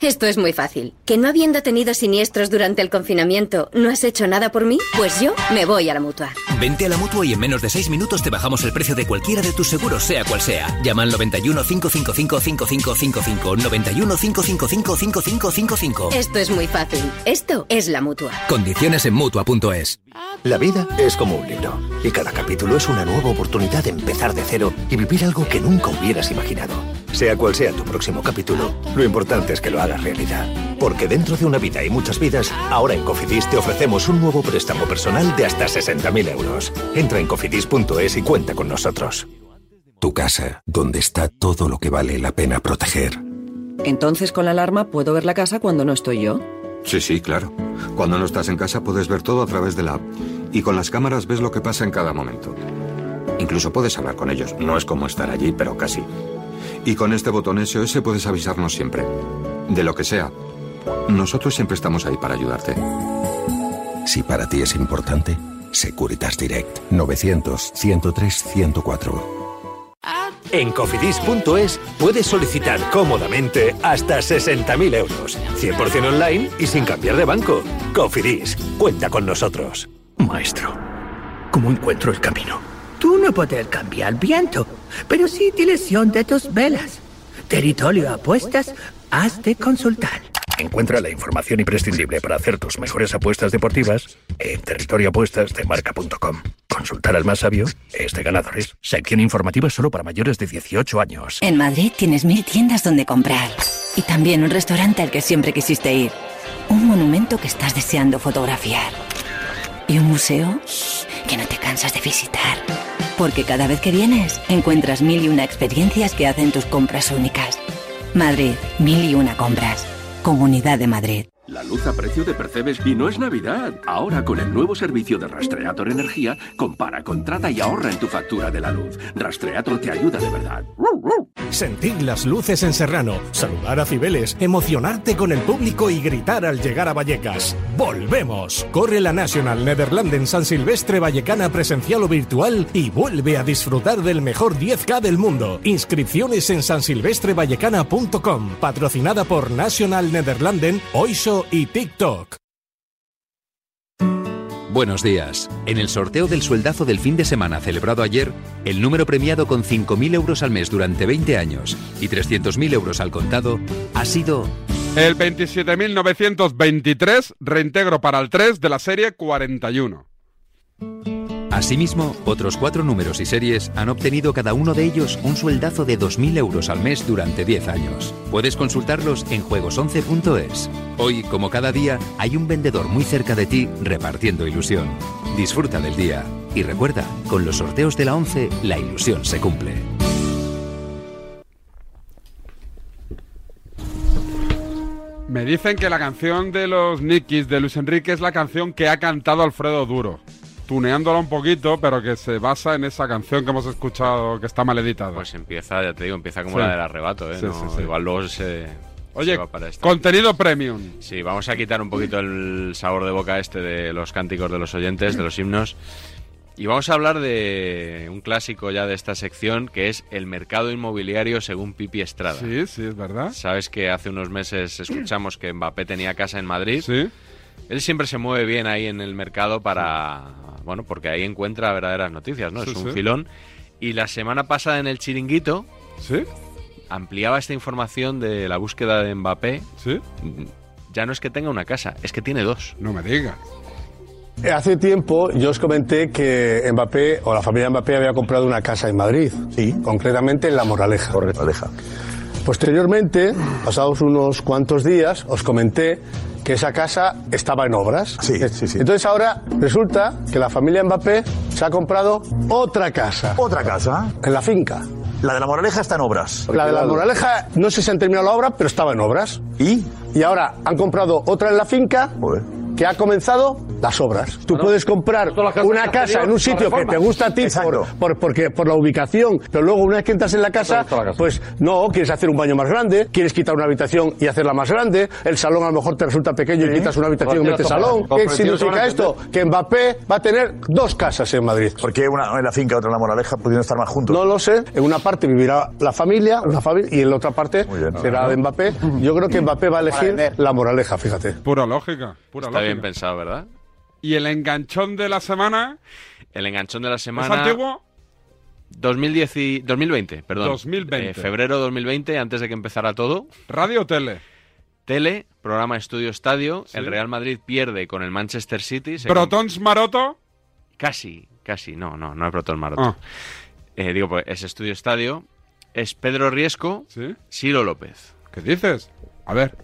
[SPEAKER 3] Esto es muy fácil. ¿Que no habiendo tenido siniestros durante el confinamiento, no has hecho nada por mí? Pues yo me voy a la mutua.
[SPEAKER 9] Vente a la mutua y en menos de 6 minutos te bajamos el precio de cualquiera de tus seguros, sea cual sea. Llama al 91 555 5555 91 555
[SPEAKER 13] Oh.
[SPEAKER 9] 5555.
[SPEAKER 3] Esto es muy fácil. Esto es la mutua.
[SPEAKER 9] Condiciones en mutua.es.
[SPEAKER 13] La vida es como un libro y cada capítulo es una nueva oportunidad de empezar de cero y vivir algo que nunca hubieras imaginado. Sea cual sea tu próximo capítulo, lo importante es que lo hagas realidad. Porque dentro de una vida y muchas vidas, ahora en Cofidis te ofrecemos un nuevo préstamo personal de hasta 60.000 euros. Entra en cofidis.es y cuenta con nosotros.
[SPEAKER 17] Tu casa, donde está todo lo que vale la pena proteger.
[SPEAKER 52] Entonces con la alarma puedo ver la casa cuando no estoy yo.
[SPEAKER 36] Sí, sí, claro. Cuando no estás en casa puedes ver todo a través de la app y con las cámaras ves lo que pasa en cada momento. Incluso puedes hablar con ellos. No es como estar allí, pero casi. Y con este botón SOS puedes avisarnos siempre. De lo que sea. Nosotros siempre estamos ahí para ayudarte.
[SPEAKER 17] Si para ti es importante, Securitas Direct 900-103-104.
[SPEAKER 13] En cofidis.es puedes solicitar cómodamente hasta 60.000 euros, 100% online y sin cambiar de banco. Cofidis, cuenta con nosotros.
[SPEAKER 48] Maestro, ¿cómo encuentro el camino? Tú no poder cambiar viento, pero sí dirección de tus velas. Territorio apuestas, has de consultar.
[SPEAKER 1] Encuentra la información imprescindible para hacer tus mejores apuestas deportivas en territorioapuestasdemarca.com. Consultar al más sabio es de ganadores. Sección informativa solo para mayores de 18 años.
[SPEAKER 28] En Madrid tienes mil tiendas donde comprar. Y también un restaurante al que siempre quisiste ir. Un monumento que estás deseando fotografiar. Y un museo que no te cansas de visitar. Porque cada vez que vienes, encuentras mil y una experiencias que hacen tus compras únicas. Madrid, mil y una compras. Comunidad de Madrid.
[SPEAKER 53] La luz a precio de Percebes no es Navidad. Ahora con el nuevo servicio de Rastreator Energía, compara, contrata y ahorra en tu factura de la luz. Rastreator te ayuda de verdad.
[SPEAKER 35] Sentir las luces en Serrano, saludar a Cibeles, emocionarte con el público y gritar al llegar a Vallecas. ¡Volvemos! Corre la National Netherlanden San Silvestre Vallecana presencial o virtual y vuelve a disfrutar del mejor 10K del mundo. Inscripciones en sansilvestrevallecana.com. Patrocinada por National Netherlanden, Oiso y TikTok.
[SPEAKER 54] Buenos días. En el sorteo del sueldazo del fin de semana celebrado ayer, el número premiado con 5.000 euros al mes durante 20 años y 300.000 euros al contado ha sido
[SPEAKER 5] El 27.923, reintegro para el 3 de la serie 41.
[SPEAKER 54] Asimismo, otros cuatro números y series han obtenido cada uno de ellos un sueldazo de 2.000 euros al mes durante 10 años. Puedes consultarlos en juegos11.es. Hoy, como cada día, hay un vendedor muy cerca de ti repartiendo ilusión. Disfruta del día y recuerda, con los sorteos de la 11, la ilusión se cumple.
[SPEAKER 5] Me dicen que la canción de los Nikis de Luis Enrique es la canción que ha cantado Alfredo Duro. Tuneándola un poquito, pero que se basa en esa canción que hemos escuchado, que está mal editada.
[SPEAKER 2] Pues empieza, ya te digo, empieza como
[SPEAKER 5] Sí.
[SPEAKER 2] la del arrebato, ¿eh?
[SPEAKER 5] Sí,
[SPEAKER 2] No,
[SPEAKER 5] sí, sí.
[SPEAKER 2] Igual luego se.
[SPEAKER 5] Oye,
[SPEAKER 2] se va para esta.
[SPEAKER 5] Contenido premium.
[SPEAKER 2] Sí, vamos a quitar un poquito el sabor de boca este de los cánticos de los oyentes, de los himnos. Y vamos a hablar de un clásico ya de esta sección, que es el mercado inmobiliario según Pipi Estrada.
[SPEAKER 5] Sí, sí, es verdad.
[SPEAKER 2] Sabes que hace unos meses escuchamos que Mbappé tenía casa en Madrid. Él siempre se mueve bien ahí en el mercado para. Bueno, porque ahí encuentra verdaderas noticias, ¿no?
[SPEAKER 5] Sí,
[SPEAKER 2] es un
[SPEAKER 5] sí.
[SPEAKER 2] filón. Y la semana pasada en el chiringuito. Ampliaba esta información de la búsqueda de Mbappé. Ya no es que tenga una casa, es que tiene dos.
[SPEAKER 5] No me digas.
[SPEAKER 17] Eh, Hace tiempo yo os comenté que Mbappé o la familia Mbappé había comprado una casa en Madrid, sí. concretamente en La Moraleja. Posteriormente, pasados unos cuantos días, os comenté que esa casa estaba en obras. Entonces ahora resulta que la familia Mbappé se ha comprado otra casa. ¿Otra casa? En la finca. La de La Moraleja está en obras. La de La Moraleja no sé si han terminado la obra, pero estaba en obras. ¿Y? Y ahora han comprado otra en la finca que ha comenzado las obras. Tú puedes comprar
[SPEAKER 55] casas
[SPEAKER 17] una
[SPEAKER 55] que
[SPEAKER 17] casa
[SPEAKER 55] han
[SPEAKER 17] en
[SPEAKER 55] tenido
[SPEAKER 17] un sitio
[SPEAKER 55] la
[SPEAKER 17] que te
[SPEAKER 55] reforma.
[SPEAKER 17] gusta a ti por, por- porque, por la ubicación, pero luego una vez que entras en la casa, pues no, quieres hacer un baño más grande, quieres quitar una habitación y hacerla más grande, el salón a lo mejor te resulta pequeño y quitas una habitación y
[SPEAKER 56] Cualquiera
[SPEAKER 17] metes
[SPEAKER 56] toma.
[SPEAKER 17] salón. ¿Qué
[SPEAKER 56] Comprometidos se van
[SPEAKER 17] significa
[SPEAKER 56] a
[SPEAKER 17] esto? Que Mbappé va a tener dos casas en Madrid.
[SPEAKER 56] ¿Por qué una en la finca, otra en la moraleja, pudiendo estar más juntos?
[SPEAKER 17] No lo sé. En una parte vivirá la familia, una familia y en la otra parte será de Mbappé. Yo creo que Mbappé va a elegir la moraleja, fíjate.
[SPEAKER 1] Pura lógica, pura
[SPEAKER 2] Está bien
[SPEAKER 1] lógica.
[SPEAKER 2] pensado, ¿verdad?
[SPEAKER 1] Y el enganchón de la semana
[SPEAKER 2] El enganchón de la
[SPEAKER 1] es
[SPEAKER 2] semana.
[SPEAKER 1] antiguo.
[SPEAKER 2] 2010 y- 2020, perdón.
[SPEAKER 1] 2020.
[SPEAKER 2] Eh, febrero 2020, antes de que empezara todo.
[SPEAKER 1] ¿Radio o tele?
[SPEAKER 2] Tele, programa Estudio Estadio.
[SPEAKER 1] Sí.
[SPEAKER 2] El Real Madrid pierde con el Manchester City. se
[SPEAKER 1] Protons Maroto. Ah.
[SPEAKER 2] Casi, casi. No, no, no es Protón Maroto. Eh, digo, pues es Estudio Estadio. Es Pedro Riesco, Ciro López.
[SPEAKER 1] ¿Qué dices? A ver.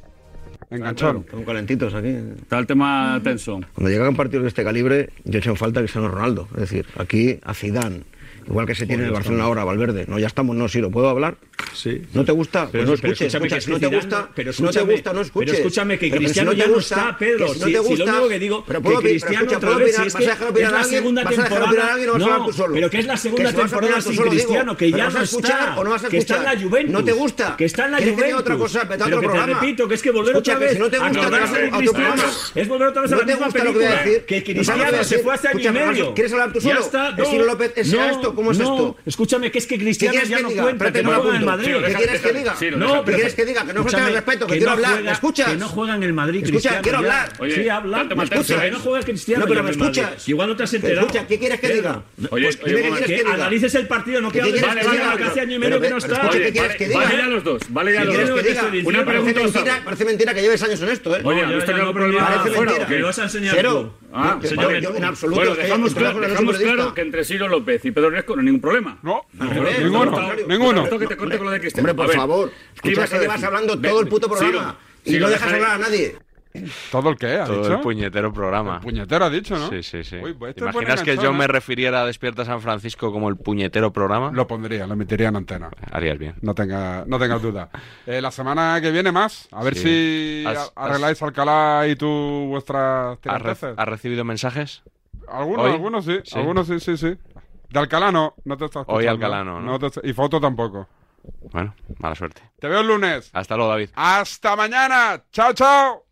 [SPEAKER 1] Enganchón.
[SPEAKER 13] Estamos calentitos aquí. Está el tema tenso.
[SPEAKER 4] Cuando llega un partido de este calibre, yo echo en falta a Cristiano Ronaldo. Es decir, aquí a Zidane. Igual que se tiene en el
[SPEAKER 13] Joder,
[SPEAKER 4] Barcelona ahora, Valverde. No, ya estamos, no, Siro. ¿Puedo hablar?
[SPEAKER 13] Sí.
[SPEAKER 4] ¿No te gusta?
[SPEAKER 13] Pero-
[SPEAKER 4] Pues no
[SPEAKER 13] pero
[SPEAKER 4] escuches.
[SPEAKER 13] escúchame,
[SPEAKER 4] escuchas.
[SPEAKER 13] que
[SPEAKER 4] no te
[SPEAKER 13] Zidane-
[SPEAKER 4] gusta, no te
[SPEAKER 13] pero escúchame,
[SPEAKER 4] gusta, no
[SPEAKER 13] pero
[SPEAKER 4] escuches.
[SPEAKER 13] escúchame que
[SPEAKER 4] Pero
[SPEAKER 13] Cristiano
[SPEAKER 4] si
[SPEAKER 13] ya
[SPEAKER 4] te
[SPEAKER 13] no
[SPEAKER 4] gusta,
[SPEAKER 13] está, Pedro.
[SPEAKER 4] Que si no
[SPEAKER 13] Si-
[SPEAKER 4] te
[SPEAKER 13] si lo
[SPEAKER 4] gusta,
[SPEAKER 13] único que digo
[SPEAKER 4] pero
[SPEAKER 13] que
[SPEAKER 4] puedo- pero
[SPEAKER 13] Cristiano
[SPEAKER 4] escucha,
[SPEAKER 13] otra
[SPEAKER 4] ¿puedo
[SPEAKER 13] vez,
[SPEAKER 4] opinar?
[SPEAKER 13] si es
[SPEAKER 4] ¿Vas a
[SPEAKER 13] que
[SPEAKER 4] dejar opinar
[SPEAKER 13] es
[SPEAKER 4] a
[SPEAKER 13] la
[SPEAKER 4] alguien?
[SPEAKER 13] segunda
[SPEAKER 4] ¿Vas a dejar opinar
[SPEAKER 13] temporada-
[SPEAKER 4] a alguien o vas a
[SPEAKER 13] No,
[SPEAKER 4] hablar tú solo?
[SPEAKER 13] pero que es la segunda
[SPEAKER 4] si vas a opinar
[SPEAKER 13] temporada
[SPEAKER 4] tú
[SPEAKER 13] sin
[SPEAKER 4] solo, digo.
[SPEAKER 13] Cristiano, que ya
[SPEAKER 4] Pero vas
[SPEAKER 13] no
[SPEAKER 4] a escuchar
[SPEAKER 13] está,
[SPEAKER 4] o no vas a
[SPEAKER 13] que está en
[SPEAKER 4] escuchar.
[SPEAKER 13] la Juventus,
[SPEAKER 4] No te gusta.
[SPEAKER 13] que está en la
[SPEAKER 4] ¿Quieres que diga
[SPEAKER 13] Juventus?
[SPEAKER 4] otra cosa? Vete a
[SPEAKER 13] Pero
[SPEAKER 4] otro
[SPEAKER 13] que te
[SPEAKER 4] programa.
[SPEAKER 13] repito, que es que volver
[SPEAKER 4] Escucha,
[SPEAKER 13] otra
[SPEAKER 4] que
[SPEAKER 13] vez
[SPEAKER 4] si no te
[SPEAKER 13] a
[SPEAKER 4] gusta,
[SPEAKER 13] acordar
[SPEAKER 4] te vas a-
[SPEAKER 13] de
[SPEAKER 4] a tu
[SPEAKER 13] Cristiano,
[SPEAKER 4] programa.
[SPEAKER 13] es volver otra vez a
[SPEAKER 4] No
[SPEAKER 13] la
[SPEAKER 4] te
[SPEAKER 13] misma
[SPEAKER 4] gusta lo que voy a
[SPEAKER 13] película,
[SPEAKER 4] decir.
[SPEAKER 13] que
[SPEAKER 4] No sabes lo que voy a
[SPEAKER 13] Cristiano se
[SPEAKER 4] decir.
[SPEAKER 13] fue hace año y
[SPEAKER 4] Escucha, Fernando,
[SPEAKER 13] medio.
[SPEAKER 4] ¿quieres hablar tú
[SPEAKER 13] Ya
[SPEAKER 4] solo?
[SPEAKER 13] está,
[SPEAKER 4] ¿Es
[SPEAKER 13] no,
[SPEAKER 4] Ciro López, es
[SPEAKER 13] no,
[SPEAKER 4] esto? ¿Cómo es
[SPEAKER 13] no.
[SPEAKER 4] esto?
[SPEAKER 13] Escúchame, que es que Cristiano
[SPEAKER 4] quieres
[SPEAKER 13] ya
[SPEAKER 4] que
[SPEAKER 13] no
[SPEAKER 4] diga?
[SPEAKER 13] cuenta,
[SPEAKER 4] Espérate,
[SPEAKER 13] que
[SPEAKER 4] no
[SPEAKER 13] no
[SPEAKER 4] lo
[SPEAKER 13] juega en el
[SPEAKER 4] apunto.
[SPEAKER 13] Madrid.
[SPEAKER 4] ¿Qué quieres que diga?
[SPEAKER 13] Sí, lo
[SPEAKER 4] No,
[SPEAKER 13] dejaste.
[SPEAKER 4] ¿qué quieres que diga? Que no falta
[SPEAKER 13] Escúchame,
[SPEAKER 4] el respeto, que
[SPEAKER 13] no
[SPEAKER 4] quiero hablar.
[SPEAKER 13] juega-
[SPEAKER 4] ¿Me escuchas?
[SPEAKER 13] Que no juega en el Madrid,
[SPEAKER 4] Escucha,
[SPEAKER 13] Cristiano.
[SPEAKER 4] quiero
[SPEAKER 13] ya.
[SPEAKER 4] hablar.
[SPEAKER 13] Oye, sí, habla.
[SPEAKER 4] ¿me
[SPEAKER 13] ¿Me
[SPEAKER 4] escuchas?
[SPEAKER 13] Que no juega Cristiano.
[SPEAKER 4] No, pero
[SPEAKER 13] ya
[SPEAKER 4] ¿me
[SPEAKER 13] en el Madrid.
[SPEAKER 4] escuchas?
[SPEAKER 13] Igual no te has
[SPEAKER 4] ¿Me
[SPEAKER 13] enterado.
[SPEAKER 4] escuchas? ¿Qué quieres que
[SPEAKER 13] Pedro.
[SPEAKER 4] diga?
[SPEAKER 13] Oye,
[SPEAKER 4] Pues, ¿qué
[SPEAKER 13] oye,
[SPEAKER 4] quieres
[SPEAKER 13] Juanma,
[SPEAKER 4] que
[SPEAKER 13] que
[SPEAKER 4] diga?
[SPEAKER 13] analices el partido, no
[SPEAKER 4] ¿Qué
[SPEAKER 13] que hables.
[SPEAKER 4] quieres
[SPEAKER 13] Vale,
[SPEAKER 4] que
[SPEAKER 13] vale,
[SPEAKER 4] diga?
[SPEAKER 13] vale, que hace año y medio
[SPEAKER 4] Pero,
[SPEAKER 13] que
[SPEAKER 4] pero
[SPEAKER 13] no está.
[SPEAKER 4] escucha, ¿qué
[SPEAKER 13] Oye,
[SPEAKER 4] quieres que
[SPEAKER 13] vale,
[SPEAKER 4] diga?
[SPEAKER 13] vale a los dos, vale a
[SPEAKER 4] ¿Qué
[SPEAKER 13] los
[SPEAKER 4] quieres
[SPEAKER 13] dos.
[SPEAKER 4] que diga?
[SPEAKER 13] Una
[SPEAKER 4] Parece
[SPEAKER 13] pregunta,
[SPEAKER 4] mentira-
[SPEAKER 13] Gustavo.
[SPEAKER 4] Parece mentira que lleves años en esto, ¿eh?
[SPEAKER 13] Oye, No, ¿has ya, tenido ya, no, problema pero ya,
[SPEAKER 4] Parece
[SPEAKER 13] fuera,
[SPEAKER 4] mentira.
[SPEAKER 13] que lo has enseñado
[SPEAKER 4] Cero.
[SPEAKER 13] tú. Ah,
[SPEAKER 4] Yo-
[SPEAKER 13] señor.
[SPEAKER 4] yo en absoluto.
[SPEAKER 13] Bueno,
[SPEAKER 4] estoy-
[SPEAKER 13] dejamos,
[SPEAKER 4] estoy de
[SPEAKER 13] claro,
[SPEAKER 4] acuerdo, no soy
[SPEAKER 13] dejamos
[SPEAKER 4] periodista.
[SPEAKER 13] claro que entre Ciro López y Pedro Riesco no hay ningún problema. No,
[SPEAKER 4] ninguno, ninguno.
[SPEAKER 13] que te corte con lo de Cristiano.
[SPEAKER 4] Hombre, por
[SPEAKER 13] A ver,
[SPEAKER 4] favor.
[SPEAKER 13] ¿qué
[SPEAKER 4] Escucha,
[SPEAKER 13] ibas a
[SPEAKER 4] que llevas
[SPEAKER 13] decir?
[SPEAKER 4] hablando
[SPEAKER 13] Ve-
[SPEAKER 4] todo el puto
[SPEAKER 13] Ciro,
[SPEAKER 4] programa. Y
[SPEAKER 13] Ciro,
[SPEAKER 4] no dejas
[SPEAKER 13] dejaré-
[SPEAKER 4] hablar a nadie.
[SPEAKER 1] ¿Todo el qué? ¿Ha
[SPEAKER 2] Todo
[SPEAKER 1] dicho?
[SPEAKER 2] el puñetero programa. El
[SPEAKER 1] puñetero ha dicho, ¿no?
[SPEAKER 2] Sí, sí, sí.
[SPEAKER 1] Uy, pues este
[SPEAKER 2] ¿Te
[SPEAKER 1] pone
[SPEAKER 2] imaginas que yo
[SPEAKER 1] enganchón,
[SPEAKER 2] me
[SPEAKER 1] ¿eh?
[SPEAKER 2] refiriera a Despierta San Francisco como el puñetero programa?
[SPEAKER 1] Lo pondría, lo metería en antena.
[SPEAKER 2] Harías bien.
[SPEAKER 1] No tengas no tengas duda. Eh, la semana que viene más. A ver
[SPEAKER 2] Sí.
[SPEAKER 1] si
[SPEAKER 2] Has-
[SPEAKER 1] a- arregláis Alcalá y tú vuestras
[SPEAKER 2] ¿Has, re-
[SPEAKER 1] tiranteces.
[SPEAKER 2] has recibido mensajes?
[SPEAKER 1] Algunos,
[SPEAKER 2] hoy?
[SPEAKER 1] algunos sí,
[SPEAKER 2] Sí.
[SPEAKER 1] Algunos sí, sí, sí. De Alcalá no. No te estás
[SPEAKER 2] Hoy Alcalá no, ¿no?
[SPEAKER 1] Y foto tampoco.
[SPEAKER 2] Bueno, mala suerte.
[SPEAKER 1] Te veo el lunes.
[SPEAKER 2] Hasta luego, David.
[SPEAKER 1] Hasta mañana. Chao, chao.